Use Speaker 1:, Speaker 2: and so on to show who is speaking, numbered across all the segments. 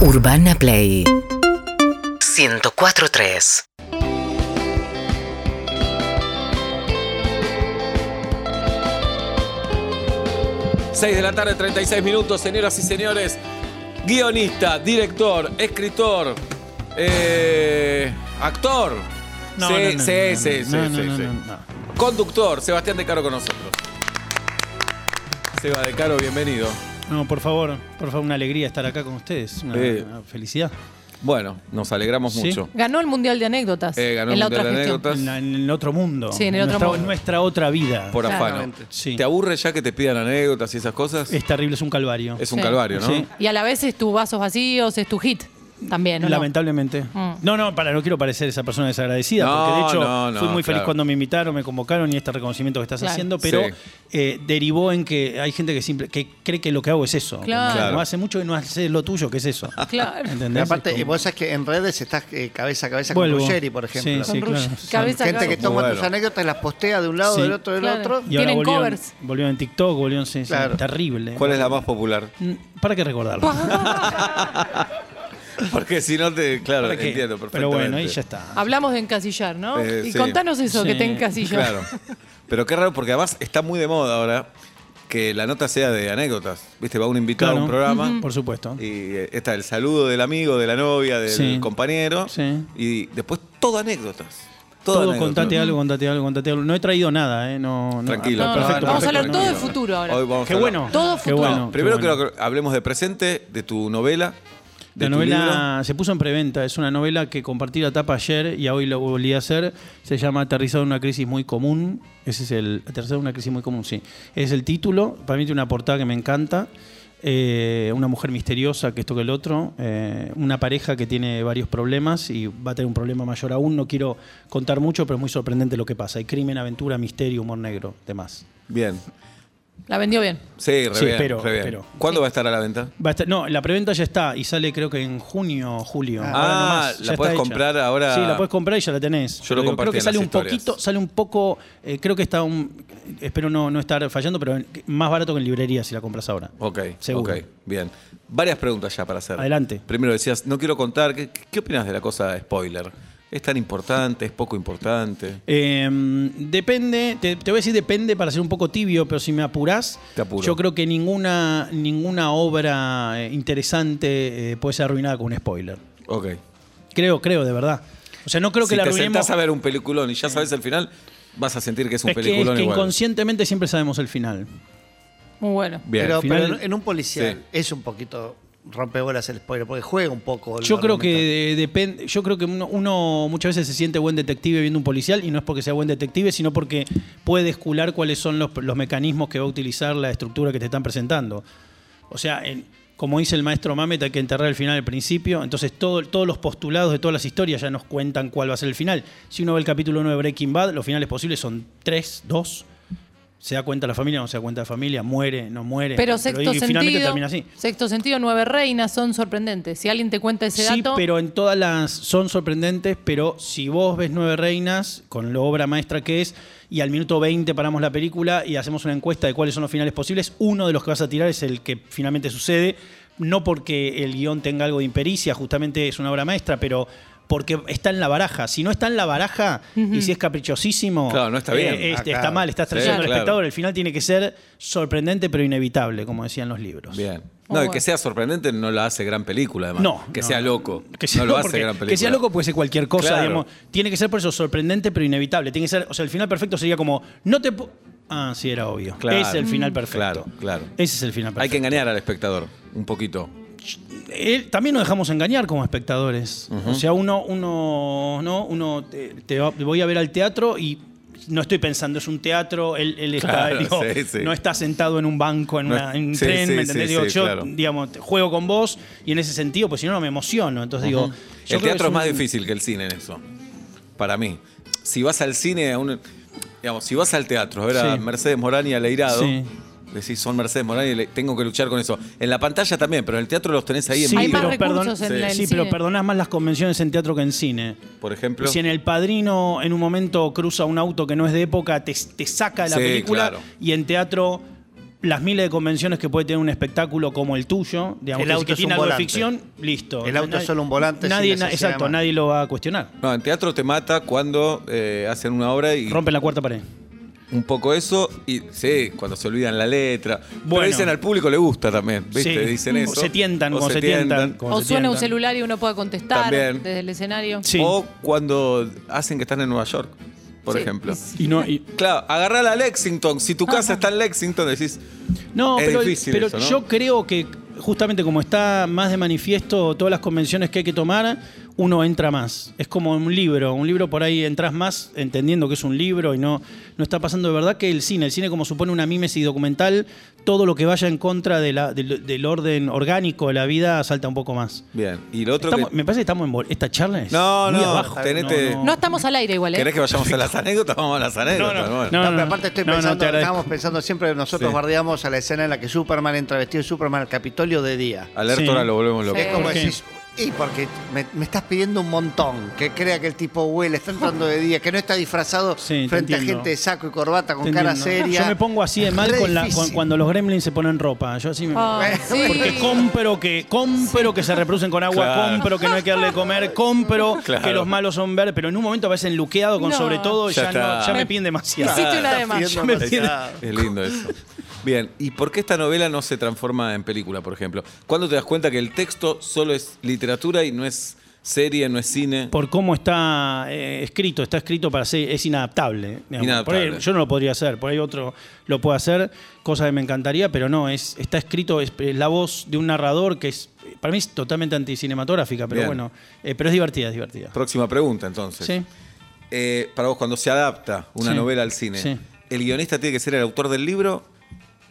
Speaker 1: Urbana Play 104.3
Speaker 2: 6 de la tarde, 36 minutos, señoras y señores. Guionista, director, escritor, eh, actor.
Speaker 3: No,
Speaker 2: sí,
Speaker 3: no, no,
Speaker 2: sí,
Speaker 3: no, no,
Speaker 2: sí, sí,
Speaker 3: no, no,
Speaker 2: sí,
Speaker 3: no,
Speaker 2: sí.
Speaker 3: no, no.
Speaker 2: Conductor, Sebastián De Caro con nosotros. Seba De Caro, bienvenido.
Speaker 3: No, por favor, por favor, una alegría estar acá con ustedes, una,
Speaker 2: Eh.
Speaker 3: una felicidad.
Speaker 2: Bueno, nos alegramos
Speaker 3: Sí.
Speaker 2: mucho.
Speaker 4: Ganó el Mundial de Anécdotas.
Speaker 2: Eh, ganó
Speaker 4: en
Speaker 2: el
Speaker 4: la
Speaker 2: Mundial
Speaker 4: otra
Speaker 2: de
Speaker 4: gestión.
Speaker 2: Anécdotas.
Speaker 3: En, la- en el otro mundo.
Speaker 4: Sí, en el otro
Speaker 3: nuestra,
Speaker 4: mundo.
Speaker 3: nuestra otra vida.
Speaker 2: Por
Speaker 4: Claro.
Speaker 2: afano.
Speaker 3: Sí.
Speaker 2: ¿Te aburre ya que te pidan anécdotas y esas cosas?
Speaker 3: Es terrible, es un calvario.
Speaker 2: Es un
Speaker 4: Sí.
Speaker 2: calvario, ¿no?
Speaker 3: Sí.
Speaker 4: Y a la vez es tu vasos vacíos, es tu hit también, ¿o ¿no?
Speaker 3: Lamentablemente.
Speaker 4: Mm.
Speaker 3: No, no, para, no quiero parecer esa persona desagradecida,
Speaker 2: No,
Speaker 3: porque de hecho
Speaker 2: no, no,
Speaker 3: fui muy
Speaker 2: claro.
Speaker 3: feliz cuando me invitaron, me convocaron y este reconocimiento que estás
Speaker 4: Claro.
Speaker 3: haciendo, pero
Speaker 2: Sí.
Speaker 3: eh, derivó en que hay gente que simple, que cree que lo que hago es eso.
Speaker 4: Claro.
Speaker 3: Como,
Speaker 2: Claro.
Speaker 3: "No, hace mucho que no haces lo tuyo, que es eso.
Speaker 4: Claro.
Speaker 3: ¿Entendés?
Speaker 5: Y aparte,
Speaker 3: Es como-
Speaker 5: eh, vos sabés que en redes estás eh, cabeza a cabeza
Speaker 3: Vuelvo.
Speaker 5: con Ruggeri, por ejemplo.
Speaker 3: Sí, sí,
Speaker 4: Con
Speaker 3: claro.
Speaker 4: Rush. Cabeza
Speaker 5: Gente que
Speaker 4: claro.
Speaker 5: toma
Speaker 2: Bueno.
Speaker 5: tus anécdotas y las postea de un lado,
Speaker 3: Sí.
Speaker 5: del otro, del
Speaker 4: Claro.
Speaker 5: otro.
Speaker 3: Y ahora
Speaker 4: Tienen
Speaker 3: volvieron,
Speaker 4: covers.
Speaker 3: volvieron en TikTok, volvieron, sí, sí,
Speaker 5: Claro.
Speaker 3: terrible.
Speaker 2: ¿Cuál es la más popular?
Speaker 3: Mm, ¿Para qué recordarlo?
Speaker 2: Porque si no te. Claro,
Speaker 3: ¿Para qué?
Speaker 2: entiendo perfectamente.
Speaker 3: Pero bueno, ahí ya está.
Speaker 4: Hablamos de encasillar, ¿no?
Speaker 2: Eh,
Speaker 4: y
Speaker 2: sí.
Speaker 4: contanos eso,
Speaker 3: Sí.
Speaker 4: que te encasilló.
Speaker 2: Claro. Pero qué raro, porque además está muy de moda ahora que la nota sea de anécdotas. Viste, va un invitado a
Speaker 3: Claro.
Speaker 2: un programa
Speaker 3: Por supuesto.
Speaker 2: y eh, está el saludo del amigo, de la novia, del
Speaker 3: Sí.
Speaker 2: compañero.
Speaker 3: Sí.
Speaker 2: Y después todo anécdotas. Todo,
Speaker 3: Todo,
Speaker 2: anécdotas.
Speaker 3: contate algo, contate algo, contate algo. No he traído nada, ¿eh? No, no.
Speaker 2: Tranquilo.
Speaker 3: Ah,
Speaker 4: No, no,
Speaker 3: perfecto,
Speaker 4: no, vamos a
Speaker 3: perfecto,
Speaker 4: hablar
Speaker 3: no.
Speaker 4: todo de futuro ahora.
Speaker 2: Hoy vamos a
Speaker 3: Qué
Speaker 2: hablar-
Speaker 3: bueno.
Speaker 4: Todo
Speaker 3: qué
Speaker 4: futuro.
Speaker 3: bueno, qué
Speaker 2: Primero
Speaker 3: bueno.
Speaker 2: creo que hablemos de presente, de tu novela. De
Speaker 3: La
Speaker 2: tu libro.
Speaker 3: novela se puso en preventa, es una novela que compartí la tapa ayer y hoy lo volví a hacer. Se llama Aterrizado en una crisis muy común. Ese es el. Aterrizado en una crisis muy común, sí. Es el título. Para mí tiene una portada que me encanta. Eh, una mujer misteriosa que esto que el otro. Eh, una pareja que tiene varios problemas y va a tener un problema mayor aún. No quiero contar mucho, pero es muy sorprendente lo que pasa. Hay crimen, aventura, misterio, humor negro, demás.
Speaker 2: Bien.
Speaker 4: La vendió bien.
Speaker 2: Sí, re
Speaker 3: Sí,
Speaker 2: bien,
Speaker 3: espero,
Speaker 2: re bien.
Speaker 3: espero.
Speaker 2: ¿Cuándo va a estar a la venta?
Speaker 3: Va a estar- no, la preventa ya está y sale creo que en junio, julio.
Speaker 5: Ah,
Speaker 3: Ahora
Speaker 2: la
Speaker 3: ya está
Speaker 2: podés
Speaker 3: hecha.
Speaker 2: comprar ahora.
Speaker 3: Sí, la puedes comprar y ya la tenés.
Speaker 2: Yo lo
Speaker 3: Digo,
Speaker 2: compartí
Speaker 3: Creo que
Speaker 2: en
Speaker 3: sale
Speaker 2: las
Speaker 3: un
Speaker 2: historias.
Speaker 3: poquito, sale un poco, eh, creo que está un, espero no, no estar fallando, pero en- más barato que en librería si la compras ahora.
Speaker 2: Ok,
Speaker 3: Seguro.
Speaker 2: ok, bien. Varias preguntas ya para hacer.
Speaker 3: Adelante.
Speaker 2: Primero decías, no quiero contar, ¿qué, qué opinas de la cosa de spoiler? ¿Es tan importante? ¿Es poco importante?
Speaker 3: Eh, depende, te, te voy a decir depende para ser un poco tibio, pero si me apurás,
Speaker 2: Te apuro.
Speaker 3: yo creo que ninguna, ninguna obra eh, interesante eh, puede ser arruinada con un spoiler.
Speaker 2: Ok.
Speaker 3: Creo, creo, de verdad. O sea, no creo
Speaker 2: si
Speaker 3: que la
Speaker 2: te
Speaker 3: arruinemos.
Speaker 2: sentás a ver un peliculón y ya sabes el final, vas a sentir que es un
Speaker 3: es que, es
Speaker 2: peliculón
Speaker 3: que
Speaker 2: igual.
Speaker 3: inconscientemente siempre sabemos el final.
Speaker 4: Muy bueno.
Speaker 2: Bien.
Speaker 5: pero,
Speaker 3: final-
Speaker 5: pero en- en un policial
Speaker 2: Sí.
Speaker 5: es un poquito rompebolas el spoiler, porque juega un poco. el
Speaker 3: Yo creo
Speaker 5: argumento.
Speaker 3: que depende. Yo creo que uno, uno muchas veces se siente buen detective viendo un policial y no es porque sea buen detective, sino porque puede descular cuáles son los, los mecanismos que va a utilizar la estructura que te están presentando. O sea, en- como dice el maestro Mamet, hay que enterrar el final al principio. Entonces, todo, todos los postulados de todas las historias ya nos cuentan cuál va a ser el final. Si uno ve el capítulo 1 de Breaking Bad, los finales posibles son 3, 2. Se da cuenta la familia, no se da cuenta la familia, muere, no muere.
Speaker 4: Pero sexto
Speaker 3: y
Speaker 4: sentido.
Speaker 3: finalmente termina así.
Speaker 4: Sexto sentido, nueve reinas son sorprendentes. Si alguien te cuenta ese
Speaker 3: Sí,
Speaker 4: dato.
Speaker 3: pero en todas las son sorprendentes, pero si vos ves Nueve Reinas, con la obra maestra que es, y al minuto 20 paramos la película y hacemos una encuesta de cuáles son los finales posibles, uno de los que vas a tirar es el que finalmente sucede, no porque el guión tenga algo de impericia, justamente es una obra maestra, pero porque está en la baraja. Si no está en la baraja y si es caprichosísimo,
Speaker 2: Claro, no está bien.
Speaker 3: es-
Speaker 5: Ah, claro.
Speaker 3: está mal, estás
Speaker 2: Sí,
Speaker 3: trayendo al
Speaker 2: claro.
Speaker 3: espectador. El final tiene que ser sorprendente pero inevitable, como decían los libros.
Speaker 2: Bien. No,
Speaker 4: Oh,
Speaker 2: y que
Speaker 4: bueno.
Speaker 2: sea sorprendente no la hace gran película, además.
Speaker 3: No.
Speaker 2: Que
Speaker 3: no,
Speaker 2: sea
Speaker 3: no.
Speaker 2: loco.
Speaker 3: Que sea,
Speaker 2: no lo
Speaker 3: loco,
Speaker 2: hace
Speaker 3: porque-
Speaker 2: gran película.
Speaker 3: Que sea loco puede ser cualquier cosa,
Speaker 2: Claro.
Speaker 3: digamos. Tiene que ser por eso sorprendente pero inevitable. Tiene que ser, o sea, el final perfecto sería como, no te... pu- Ah, sí, era obvio.
Speaker 2: Claro. Mm,
Speaker 3: Es el final perfecto.
Speaker 2: Claro, claro.
Speaker 3: Ese es el final perfecto.
Speaker 2: Hay que engañar al espectador un poquito.
Speaker 3: Eh, también nos dejamos engañar como espectadores. O sea, uno, uno, ¿no? Uno, te, te va- voy a ver al teatro y no estoy pensando, es un teatro, él, él está,
Speaker 2: Claro,
Speaker 3: digo,
Speaker 2: sí, sí.
Speaker 3: no está sentado en un banco, en,
Speaker 2: No
Speaker 3: una-
Speaker 2: es-
Speaker 3: en un
Speaker 2: sí,
Speaker 3: tren,
Speaker 2: sí,
Speaker 3: ¿me entendés?
Speaker 2: sí,
Speaker 3: digo,
Speaker 2: sí,
Speaker 3: yo,
Speaker 2: claro.
Speaker 3: digamos, te- juego con vos y en ese sentido, pues si no, no me emociono. Entonces digo, yo creo
Speaker 2: el
Speaker 3: que
Speaker 2: teatro es, más
Speaker 3: un-
Speaker 2: difícil que el cine en eso. Para mí. Si vas al cine, a un- digamos, si vas al teatro a ver a
Speaker 3: Sí.
Speaker 2: Mercedes Morán y a Leirado,
Speaker 3: Sí.
Speaker 2: decís, son Mercedes Morán y Le- tengo que luchar con eso. En la pantalla también, pero en el teatro los tenés ahí
Speaker 3: Sí,
Speaker 2: en
Speaker 4: Hay
Speaker 2: vivo.
Speaker 4: más
Speaker 3: pero
Speaker 4: recursos
Speaker 2: perdón-
Speaker 4: en
Speaker 2: sí.
Speaker 4: el
Speaker 3: Sí,
Speaker 4: cine.
Speaker 3: pero perdonás más las convenciones en teatro que en cine.
Speaker 2: Por ejemplo.
Speaker 3: Si en El Padrino en un momento cruza un auto que no es de época, te, te saca de la
Speaker 2: Sí,
Speaker 3: película
Speaker 2: claro.
Speaker 3: y en teatro las miles de convenciones que puede tener un espectáculo como el tuyo, digamos, que
Speaker 5: El
Speaker 3: si
Speaker 5: auto
Speaker 3: que
Speaker 5: es
Speaker 3: tiene
Speaker 5: un
Speaker 3: algo de
Speaker 5: volante.
Speaker 3: ficción, listo.
Speaker 5: El auto es solo un volante
Speaker 3: Nadie,
Speaker 5: sin
Speaker 3: na-
Speaker 5: necesidad
Speaker 3: exacto,
Speaker 5: de más.
Speaker 3: nadie lo va a cuestionar.
Speaker 2: No, en teatro te mata cuando eh, hacen una obra y
Speaker 3: Rompen la cuarta pared.
Speaker 2: un poco eso, y sí, cuando se olvidan la letra. Pero
Speaker 3: Bueno.
Speaker 2: dicen al público le gusta también, ¿viste?
Speaker 3: Sí.
Speaker 2: Dicen
Speaker 3: O
Speaker 2: eso.
Speaker 3: se tientan,
Speaker 2: o
Speaker 3: como se tientan. Como
Speaker 4: O
Speaker 3: se
Speaker 4: suena un
Speaker 3: tientan.
Speaker 4: celular y uno pueda contestar
Speaker 2: También.
Speaker 4: desde el escenario.
Speaker 3: Sí.
Speaker 2: O cuando hacen que están en Nueva York, por
Speaker 4: Sí.
Speaker 2: ejemplo.
Speaker 3: Y no, y-
Speaker 2: Claro, agarrar a Lexington. Si tu casa está en Lexington, decís.
Speaker 3: no,
Speaker 2: Es
Speaker 3: pero,
Speaker 2: difícil
Speaker 3: pero
Speaker 2: eso, ¿no?
Speaker 3: yo creo que justamente como está más de manifiesto todas las convenciones que hay que tomar, uno entra más. Es como un libro, un libro por ahí entras más entendiendo que es un libro y no, no está pasando de verdad que el cine, el cine como supone una mímesis documental, todo lo que vaya en contra de la- del, del orden orgánico de la vida salta un poco más.
Speaker 2: Bien. Y lo otro
Speaker 3: Estamos-
Speaker 2: que.
Speaker 3: Me parece que estamos en bol- esta charla es
Speaker 2: No,
Speaker 3: muy
Speaker 2: no,
Speaker 3: abajo.
Speaker 2: tenete-
Speaker 4: No estamos al aire igual, ¿eh?
Speaker 2: ¿Querés que vayamos a las anécdotas? Vamos a las anécdotas. bueno.
Speaker 3: No,
Speaker 5: No,
Speaker 3: no,
Speaker 5: pero
Speaker 3: no.
Speaker 5: aparte estoy
Speaker 3: No, no,
Speaker 5: pensando,
Speaker 3: te agradezco.
Speaker 5: estábamos pensando siempre, nosotros
Speaker 2: Sí.
Speaker 5: bardeamos a la escena en la que Superman entra vestido de Superman al Capitolio de día.
Speaker 2: Alerta
Speaker 3: Sí.
Speaker 2: ahora lo volvemos loco.
Speaker 5: Es como
Speaker 3: ¿Por qué?
Speaker 5: decís, y porque me, me estás pidiendo un montón, que crea que el tipo huele, está entrando de día, que no está disfrazado
Speaker 3: Sí, te
Speaker 5: frente a
Speaker 3: entiendo.
Speaker 5: gente de saco y corbata con
Speaker 3: Te
Speaker 5: cara
Speaker 3: entiendo.
Speaker 5: seria.
Speaker 3: Yo me pongo así de
Speaker 5: Es
Speaker 3: mal
Speaker 5: re
Speaker 3: con la-
Speaker 5: difícil.
Speaker 3: con- cuando los gremlins se ponen ropa. Yo así me...
Speaker 4: Ah, sí.
Speaker 3: Porque compro que, compro que se reproducen con agua,
Speaker 2: Claro.
Speaker 3: compro que no hay que darle de comer, compro
Speaker 2: Claro.
Speaker 3: que los malos son verdes, pero en un momento aparecen luqueados con
Speaker 4: No.
Speaker 3: sobre todo y
Speaker 2: Ya
Speaker 3: ya, no-
Speaker 2: está.
Speaker 3: ya me piden demasiado.
Speaker 4: Hiciste una
Speaker 5: Estás
Speaker 4: de más.
Speaker 5: pidiendo
Speaker 3: Ya me
Speaker 5: demasiado.
Speaker 2: Es lindo eso. Bien, ¿y por qué esta novela no se transforma en película, por ejemplo? ¿Cuándo te das cuenta que el texto solo es literatura y no es serie, no es cine?
Speaker 3: Por cómo está eh, escrito, está escrito para ser, es inadaptable. digamos.
Speaker 2: Inadaptable.
Speaker 3: Por ahí yo no lo podría hacer, por ahí otro lo puede hacer, cosa que me encantaría, pero no, es, está escrito, es, es la voz de un narrador que es, para mí es totalmente anticinematográfica, pero
Speaker 2: Bien.
Speaker 3: bueno, eh, pero es divertida, es divertida.
Speaker 2: Próxima pregunta, entonces.
Speaker 3: Sí.
Speaker 2: Eh, para vos, cuando se adapta una
Speaker 3: Sí.
Speaker 2: novela al cine,
Speaker 3: Sí.
Speaker 2: ¿el guionista tiene que ser el autor del libro?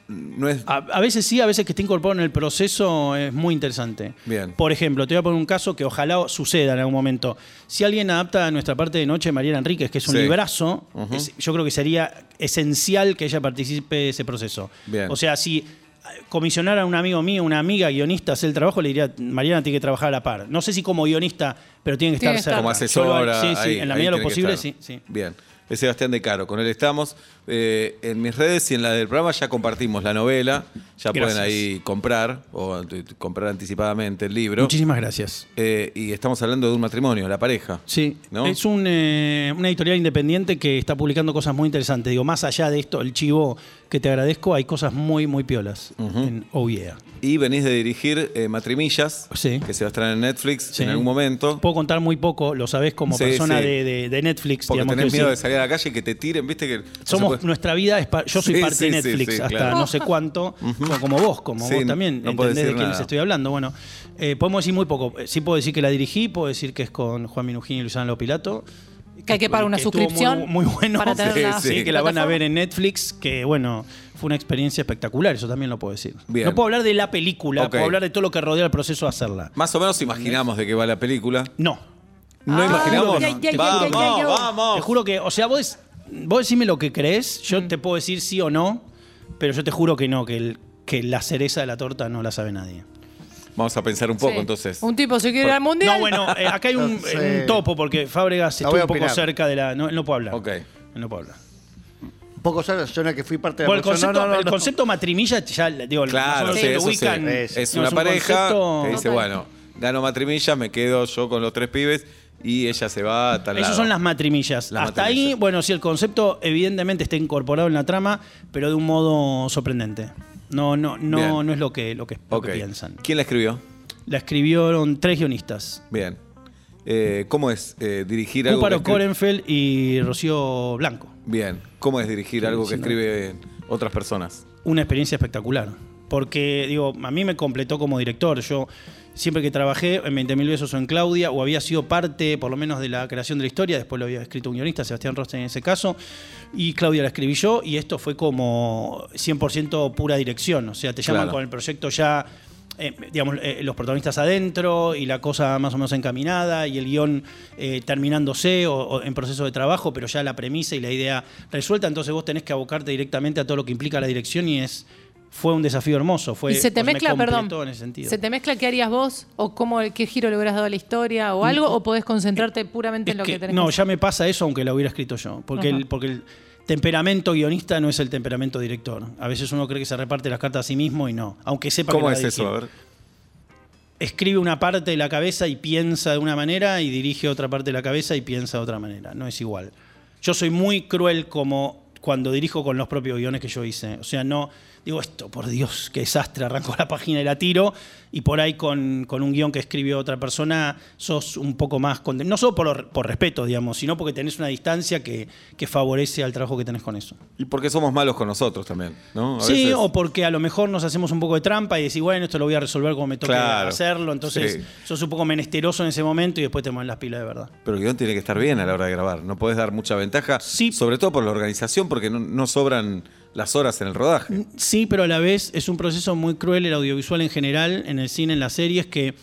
Speaker 2: No es.
Speaker 3: A, a veces sí, a veces que esté incorporado en el proceso es muy interesante.
Speaker 2: Bien.
Speaker 3: Por ejemplo, te voy a poner un caso que ojalá suceda en algún momento. Si alguien adapta a nuestra parte de noche Mariana Enríquez, que es un
Speaker 2: Sí.
Speaker 3: librazo,
Speaker 2: Ujú.
Speaker 3: es- yo creo que sería esencial que ella participe de ese proceso.
Speaker 2: Bien.
Speaker 3: O sea, si eh, comisionara a un amigo mío, una amiga guionista a hacer el trabajo, le diría, Mariana tiene que trabajar a la par. No sé si como guionista, pero tiene que estar
Speaker 4: Tiene que estar.
Speaker 3: cerca.
Speaker 2: como asesora.
Speaker 3: Yo lo- Sí, sí,
Speaker 2: ahí-
Speaker 3: en la
Speaker 2: ahí
Speaker 3: medida de lo
Speaker 2: tiene que
Speaker 3: posible,
Speaker 2: estar.
Speaker 3: sí, sí.
Speaker 2: Bien. Es Sebastián de Caro, con él estamos. Eh, en mis redes y en la del programa ya compartimos la novela. Ya pueden
Speaker 3: Gracias.
Speaker 2: ahí comprar o ant- comprar anticipadamente el libro.
Speaker 3: Muchísimas gracias.
Speaker 2: Eh, y estamos hablando de un matrimonio, la pareja.
Speaker 3: Sí,
Speaker 2: ¿No?
Speaker 3: es un, eh, una editorial independiente que está publicando cosas muy interesantes. Digo, más allá de esto, el chivo que te agradezco, hay cosas muy, muy piolas en Oh Yeah.
Speaker 2: Y venís de dirigir eh, Matrimillas,
Speaker 3: Sí.
Speaker 2: que se va a estar en Netflix
Speaker 3: Sí.
Speaker 2: en algún momento.
Speaker 3: Puedo contar muy poco, lo sabés como
Speaker 2: Sí,
Speaker 3: persona
Speaker 2: sí.
Speaker 3: De, de- de Netflix.
Speaker 2: Porque
Speaker 3: digamos,
Speaker 2: tenés
Speaker 3: quiero
Speaker 2: miedo de
Speaker 3: decir.
Speaker 2: salir a la calle y que te tiren, viste que. no se
Speaker 3: Somos,
Speaker 2: puede-
Speaker 3: Nuestra vida es. pa- yo soy
Speaker 2: Sí,
Speaker 3: parte de
Speaker 2: sí, sí,
Speaker 3: Netflix
Speaker 2: sí,
Speaker 3: hasta
Speaker 2: claro.
Speaker 3: no sé cuánto, como- como vos, como
Speaker 2: Sí,
Speaker 3: vos también.
Speaker 2: no puedo
Speaker 3: entendés de
Speaker 2: decir
Speaker 3: quién les
Speaker 2: nada.
Speaker 3: estoy hablando. Bueno, eh, podemos decir muy poco. Eh, Sí puedo decir que la dirigí, puedo decir que es con Juan Minujín y Luciano Lopilato.
Speaker 4: Que hay que pagar una
Speaker 3: estuvo Muy,
Speaker 4: suscripción
Speaker 3: muy bueno.
Speaker 4: para tenerla.
Speaker 2: Sí,
Speaker 3: Sí,
Speaker 2: sí.
Speaker 3: que la van a
Speaker 4: plataforma.
Speaker 3: ver en Netflix, que bueno, fue una experiencia espectacular, eso también lo puedo decir.
Speaker 2: Bien.
Speaker 3: No puedo hablar de la película,
Speaker 2: Ok.
Speaker 3: puedo hablar de todo lo que rodea el proceso de hacerla.
Speaker 2: Más o menos imaginamos de qué va la película.
Speaker 3: No.
Speaker 2: ¿No
Speaker 4: Ah.
Speaker 2: imaginamos?
Speaker 1: Ya, ya, ya,
Speaker 2: vamos,
Speaker 1: ya, ya.
Speaker 2: vamos. Mm.
Speaker 3: Te juro que, o sea, vos, vos decime lo que crees, yo te puedo decir sí o no, pero yo te juro que no, que, el- que la cereza de la torta no la sabe nadie.
Speaker 2: Vamos a pensar un poco entonces.
Speaker 4: Un tipo se quiere ir al mundial.
Speaker 3: No, bueno, eh, acá hay un,
Speaker 5: No sé.
Speaker 3: un topo, porque Fábregas
Speaker 5: La voy
Speaker 3: estuvo
Speaker 5: a
Speaker 3: un poco
Speaker 5: opinar.
Speaker 3: cerca de la. No, él no puedo hablar.
Speaker 2: Ok.
Speaker 3: Él No puedo hablar.
Speaker 5: Un poco solo, yo en el que fui parte de la
Speaker 3: Bueno, el
Speaker 5: producción.
Speaker 3: concepto,
Speaker 5: No, no, no,
Speaker 3: el
Speaker 5: no.
Speaker 3: concepto matrimilla, ya digo,
Speaker 2: Claro,
Speaker 3: nosotros
Speaker 2: sí,
Speaker 3: lo
Speaker 2: eso sí.
Speaker 3: ubican,
Speaker 5: Es
Speaker 2: Es
Speaker 3: no,
Speaker 2: una
Speaker 3: un
Speaker 2: pareja
Speaker 3: concepto-
Speaker 2: que dice,
Speaker 4: Total.
Speaker 2: bueno, gano matrimillas, me quedo yo con los tres pibes y ella se va a tal
Speaker 3: Esas
Speaker 2: lado.
Speaker 3: son las matrimillas.
Speaker 2: Las
Speaker 3: Hasta
Speaker 2: matrimillas.
Speaker 3: ahí, bueno, sí, el concepto evidentemente está incorporado en la trama, pero de un modo sorprendente. No, no, no,
Speaker 2: Bien.
Speaker 3: no es lo que, lo que, lo
Speaker 2: Ok.
Speaker 3: que piensan.
Speaker 2: ¿Quién la escribió?
Speaker 3: La escribieron tres guionistas.
Speaker 2: Bien. Eh, ¿Cómo es eh, dirigir algo? que
Speaker 3: Cúparo
Speaker 2: escri-
Speaker 3: Korenfeld y Rocío Blanco.
Speaker 2: Bien. ¿Cómo es dirigir algo que escribe otras personas?
Speaker 3: Una experiencia espectacular. Porque, digo, a mí me completó como director. Yo siempre que trabajé en 20.000 besos o en Claudia, o había sido parte, por lo menos, de la creación de la historia, después lo había escrito un guionista, Sebastián Rosten en ese caso, y Claudia la escribí yo, y esto fue como 100% pura dirección. O sea, te llaman
Speaker 2: Claro.
Speaker 3: con el proyecto ya, eh, digamos, eh, los protagonistas adentro y la cosa más o menos encaminada y el guión eh, terminándose o, o en proceso de trabajo, pero ya la premisa y la idea resuelta. Entonces vos tenés que abocarte directamente a todo lo que implica la dirección y es. Fue un desafío hermoso. Fue,
Speaker 4: y se te
Speaker 3: pues, me
Speaker 4: mezcla, perdón.
Speaker 3: completó en ese sentido.
Speaker 4: Se te mezcla qué harías vos o cómo qué giro le hubieras dado a la historia o algo o podés concentrarte
Speaker 3: Mm. Es
Speaker 4: puramente en lo que,
Speaker 3: que-
Speaker 4: tenés.
Speaker 3: no,
Speaker 4: que
Speaker 3: ya me pasa eso aunque lo hubiera escrito yo. Porque,
Speaker 4: Ajá.
Speaker 3: el, porque el- temperamento guionista no es el temperamento director. A veces uno cree que se reparte las cartas a sí mismo y no. Aunque sepa que
Speaker 2: ¿Cómo
Speaker 3: la
Speaker 2: es
Speaker 3: va a
Speaker 2: eso? A
Speaker 3: dirigir.
Speaker 2: ver.
Speaker 3: Escribe una parte de la cabeza y piensa de una manera y dirige otra parte de la cabeza y piensa de otra manera. No es igual. Yo soy muy cruel como cuando dirijo con los propios guiones que yo hice. O sea, no digo esto, por Dios, qué desastre, arranco la página y la tiro y por ahí con, con un guión que escribió otra persona sos un poco más... conden- No solo por, por respeto, digamos, sino porque tenés una distancia que, que favorece al trabajo que tenés con eso.
Speaker 2: Y porque somos malos con nosotros también, ¿no? A
Speaker 3: Sí,
Speaker 2: veces-
Speaker 3: o porque a lo mejor nos hacemos un poco de trampa y decís, bueno, esto lo voy a resolver como me toca
Speaker 2: Claro,
Speaker 3: hacerlo. Entonces,
Speaker 2: sí.
Speaker 3: sos un poco menesteroso en ese momento y después te ponen las pilas de verdad.
Speaker 2: Pero el guión tiene que estar bien a la hora de grabar. No podés dar mucha ventaja,
Speaker 3: Sí.
Speaker 2: sobre todo por la organización, porque no, no sobran las horas en el rodaje.
Speaker 3: Sí, pero a la vez es un proceso muy cruel el audiovisual en general, en el cine, en las series, que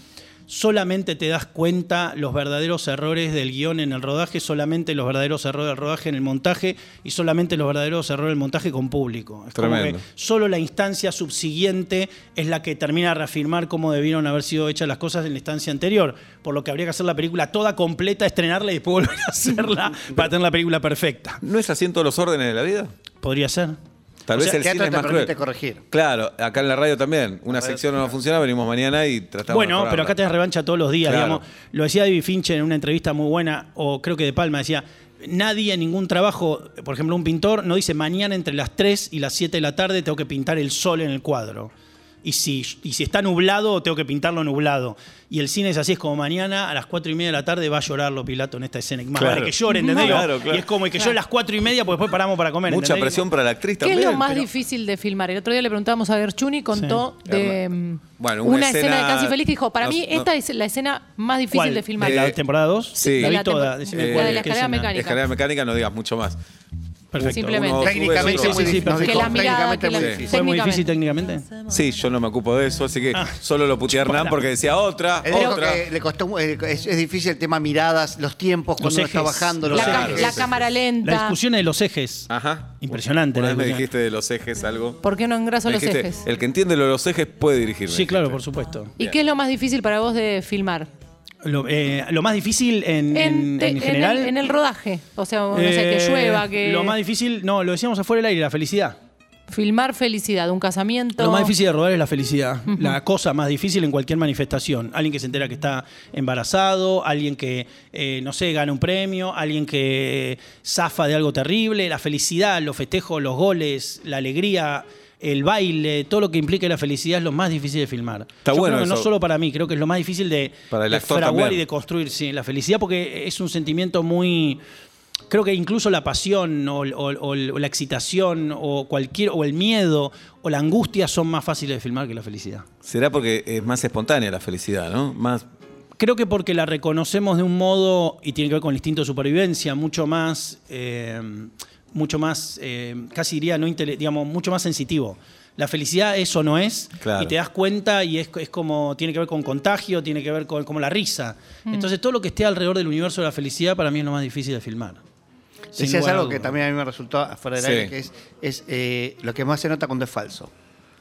Speaker 3: solamente te das cuenta los verdaderos errores del guión en el rodaje, solamente los verdaderos errores del rodaje en el montaje y solamente los verdaderos errores del montaje con público. Es como
Speaker 2: Tremendo.
Speaker 3: que solo la instancia subsiguiente es la que termina de reafirmar cómo debieron haber sido hechas las cosas en la instancia anterior, por lo que habría que hacer la película toda completa, estrenarla y después volver a hacerla para tener la película perfecta.
Speaker 2: ¿No es así en todos los órdenes de la vida?
Speaker 3: Podría ser.
Speaker 2: Tal
Speaker 5: O
Speaker 2: vez
Speaker 5: sea,
Speaker 2: el cine
Speaker 5: teatro
Speaker 2: es
Speaker 5: te
Speaker 2: más
Speaker 5: permite
Speaker 2: cruel.
Speaker 5: corregir.
Speaker 2: Claro, acá en la radio también. Una sección no funciona, venimos mañana y tratamos de
Speaker 3: Bueno, pero
Speaker 2: mejorarla.
Speaker 3: acá tenés revancha todos los días,
Speaker 2: Claro.
Speaker 3: digamos. Lo decía David Fincher en una entrevista muy buena, o creo que de Palma, decía, nadie en ningún trabajo, por ejemplo, un pintor no dice, mañana entre las 3 y las 7 de la tarde tengo que pintar el sol en el cuadro. Y si, y si está nublado, tengo que pintarlo nublado. Y el cine es así, es como mañana a las 4 y media de la tarde va a llorarlo Pilato en esta escena. Y Más
Speaker 2: Claro.
Speaker 3: vale que llore, ¿entendés?
Speaker 2: Claro, claro.
Speaker 3: Y es como el que llore a las 4 y media, porque después paramos para comer.
Speaker 2: Mucha
Speaker 3: ¿entendés?
Speaker 2: presión para la actriz
Speaker 4: ¿Qué
Speaker 2: también.
Speaker 4: es lo más
Speaker 2: pero-
Speaker 4: difícil de filmar? El otro día le preguntábamos a Gerchuni, contó
Speaker 2: Sí.
Speaker 4: de mm,
Speaker 2: Bueno, una
Speaker 4: una, escena,
Speaker 2: escena-
Speaker 4: de Casi Feliz que dijo, para
Speaker 2: No,
Speaker 4: mí
Speaker 2: no.
Speaker 4: esta es la escena más difícil
Speaker 3: ¿Cuál?
Speaker 4: de filmar.
Speaker 3: ¿De la temporada 2?
Speaker 2: Sí.
Speaker 3: La
Speaker 2: De
Speaker 3: vi
Speaker 4: la
Speaker 3: toda.
Speaker 4: tempo-
Speaker 3: decime
Speaker 2: Eh,
Speaker 3: cuál,
Speaker 2: la de la
Speaker 3: qué
Speaker 4: escalera
Speaker 3: escena.
Speaker 4: mecánica.
Speaker 2: Escalera mecánica, no digas mucho más.
Speaker 3: Perfecto.
Speaker 4: Simplemente.
Speaker 2: Uno sube,
Speaker 5: Técnicamente
Speaker 2: sube,
Speaker 5: es
Speaker 2: sube.
Speaker 5: muy
Speaker 3: Sí, sí,
Speaker 5: difícil. nos
Speaker 3: perfecto.
Speaker 5: dijo,
Speaker 4: Que la mirada,
Speaker 5: técnicamente
Speaker 4: que
Speaker 5: es
Speaker 4: la-
Speaker 5: muy
Speaker 4: Sí.
Speaker 5: difícil.
Speaker 3: ¿Fue muy
Speaker 4: técnicamente.
Speaker 3: difícil técnicamente?
Speaker 2: Sí, yo no me ocupo de eso, así que
Speaker 3: Ah.
Speaker 2: solo lo puteé a Hernán porque decía otra,
Speaker 5: Él dijo
Speaker 2: otra.
Speaker 5: que le costó, eh, es, es difícil el tema miradas, los tiempos cuando uno
Speaker 3: ejes.
Speaker 5: está bajando.
Speaker 4: La,
Speaker 5: Los
Speaker 4: ca-
Speaker 2: Claro,
Speaker 5: ejes.
Speaker 4: la
Speaker 2: sí.
Speaker 4: cámara lenta.
Speaker 3: La discusión de los ejes.
Speaker 2: Ajá.
Speaker 3: Impresionante
Speaker 2: Una
Speaker 3: la
Speaker 2: vez me
Speaker 3: discusión.
Speaker 2: dijiste de los ejes algo.
Speaker 4: ¿Por qué no engraso
Speaker 2: Me
Speaker 4: los
Speaker 2: dijiste,
Speaker 4: ejes?
Speaker 2: El que entiende lo de los ejes puede Este, dirigir.
Speaker 3: Sí, claro, por supuesto.
Speaker 4: ¿Y qué es lo más difícil para vos de filmar?
Speaker 3: Lo, eh, lo más difícil en, en-
Speaker 4: te-
Speaker 3: en general.
Speaker 4: el, en el rodaje. O sea, no sé, que
Speaker 3: eh,
Speaker 4: llueva, que.
Speaker 3: Lo más difícil, no, lo decíamos afuera del aire, la felicidad.
Speaker 4: Filmar felicidad, un casamiento.
Speaker 3: Lo más difícil de rodar es la felicidad. La cosa más difícil en cualquier manifestación. Alguien que se entera que está embarazado, alguien que, eh, no sé, gana un premio, alguien que eh, zafa de algo terrible. La felicidad, los festejos, los goles, la alegría, el baile, todo lo que implique la felicidad es lo más difícil de filmar.
Speaker 2: Está
Speaker 3: Yo
Speaker 2: bueno
Speaker 3: creo que
Speaker 2: eso.
Speaker 3: no solo para mí, creo que es lo más difícil de,
Speaker 2: Para el
Speaker 3: de
Speaker 2: actor
Speaker 3: fraguar
Speaker 2: también.
Speaker 3: y de construir sí, la felicidad, porque es un sentimiento muy creo que incluso la pasión o, o- o- o la excitación o cualquier o el miedo o la angustia son más fáciles de filmar que la felicidad.
Speaker 2: Será porque es más espontánea la felicidad, ¿no? Más
Speaker 3: Creo que porque la reconocemos de un modo y tiene que ver con el instinto de supervivencia mucho más eh, mucho más eh, casi diría no intele- digamos mucho más sensitivo. La felicidad eso no es
Speaker 2: Claro.
Speaker 3: y te das cuenta y es, es como tiene que ver con contagio, tiene que ver con como la risa. Entonces todo lo que esté alrededor del universo de la felicidad para mí es lo más difícil de filmar. Sin
Speaker 5: Decías
Speaker 3: lugar a
Speaker 5: algo que
Speaker 3: dudas.
Speaker 5: también a mí me resultó afuera del
Speaker 2: Sí.
Speaker 5: aire, que es, es, eh, lo que más se nota cuando es falso.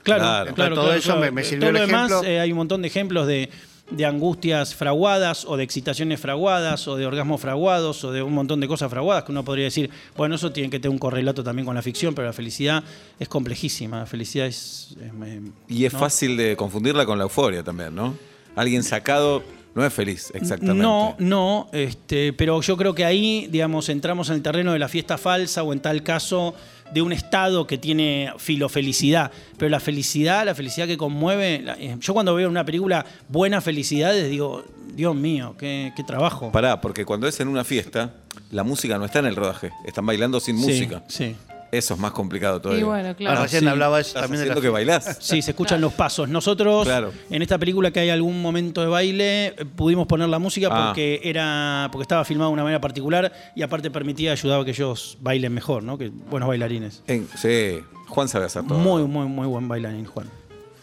Speaker 3: Claro,
Speaker 2: Claro.
Speaker 3: claro,
Speaker 5: Todo
Speaker 3: claro,
Speaker 5: eso
Speaker 3: claro.
Speaker 5: me- me sirvió
Speaker 3: Todo
Speaker 5: el
Speaker 3: lo demás,
Speaker 5: ejemplo.
Speaker 3: eh, hay un montón de ejemplos de, de angustias fraguadas o de excitaciones fraguadas o de orgasmos fraguados o de un montón de cosas fraguadas que uno podría decir, bueno, eso tiene que tener un correlato también con la ficción, pero la felicidad es complejísima. La felicidad es... es- me-
Speaker 2: Y es
Speaker 3: ¿no?
Speaker 2: fácil de confundirla con la euforia también, ¿no? Alguien sacado no es feliz, exactamente.
Speaker 3: No, no, este, pero yo creo que ahí, digamos, entramos en el terreno de la fiesta falsa o en tal caso de un estado que tiene filofelicidad. Pero la felicidad, la felicidad que conmueve, la- eh, yo cuando veo una película Buenas Felicidades digo, Dios mío, qué, qué trabajo.
Speaker 2: Pará, porque cuando es en una fiesta, la música no está en el rodaje. Están bailando sin
Speaker 3: Sí,
Speaker 2: música.
Speaker 3: Sí.
Speaker 2: Eso es más complicado todavía.
Speaker 4: Y bueno,
Speaker 5: Ah,
Speaker 4: claro.
Speaker 5: recién
Speaker 3: sí.
Speaker 5: hablaba eso
Speaker 2: Estás
Speaker 5: también de
Speaker 2: haciendo
Speaker 5: la
Speaker 2: que bailás.
Speaker 3: Sí, se escuchan los pasos. Nosotros,
Speaker 2: Claro.
Speaker 3: en esta película que hay algún momento de baile, eh, pudimos poner la música
Speaker 2: Ah.
Speaker 3: porque era porque estaba filmada de una manera particular y aparte permitía, ayudaba a que ellos bailen mejor, ¿no? Que buenos bailarines.
Speaker 2: En- sí, Juan sabe hacer todo.
Speaker 3: Muy, muy, muy buen bailarín, Juan.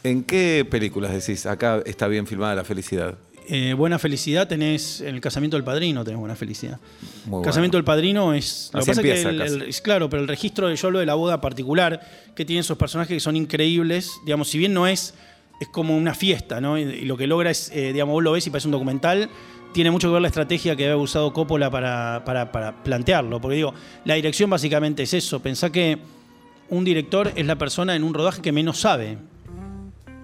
Speaker 2: ¿En qué películas decís acá está bien filmada la felicidad?
Speaker 3: Eh, buena felicidad tenés en el casamiento del padrino, tenés buena felicidad.
Speaker 2: Muy
Speaker 3: casamiento
Speaker 2: bueno.
Speaker 3: del padrino es. Lo
Speaker 2: Así
Speaker 3: que pasa
Speaker 2: empieza,
Speaker 3: que el-
Speaker 2: casi.
Speaker 3: el- es claro, pero el registro de yo hablo de la boda particular, que tiene esos personajes que son increíbles. Digamos, si bien no es. Es como una fiesta, ¿no? Y, y lo que logra es, eh, digamos, vos lo ves y parece un documental. tiene mucho que ver la estrategia que había usado Coppola para, para- para plantearlo. Porque digo, la dirección básicamente es eso. Pensá que un director es la persona en un rodaje que menos sabe.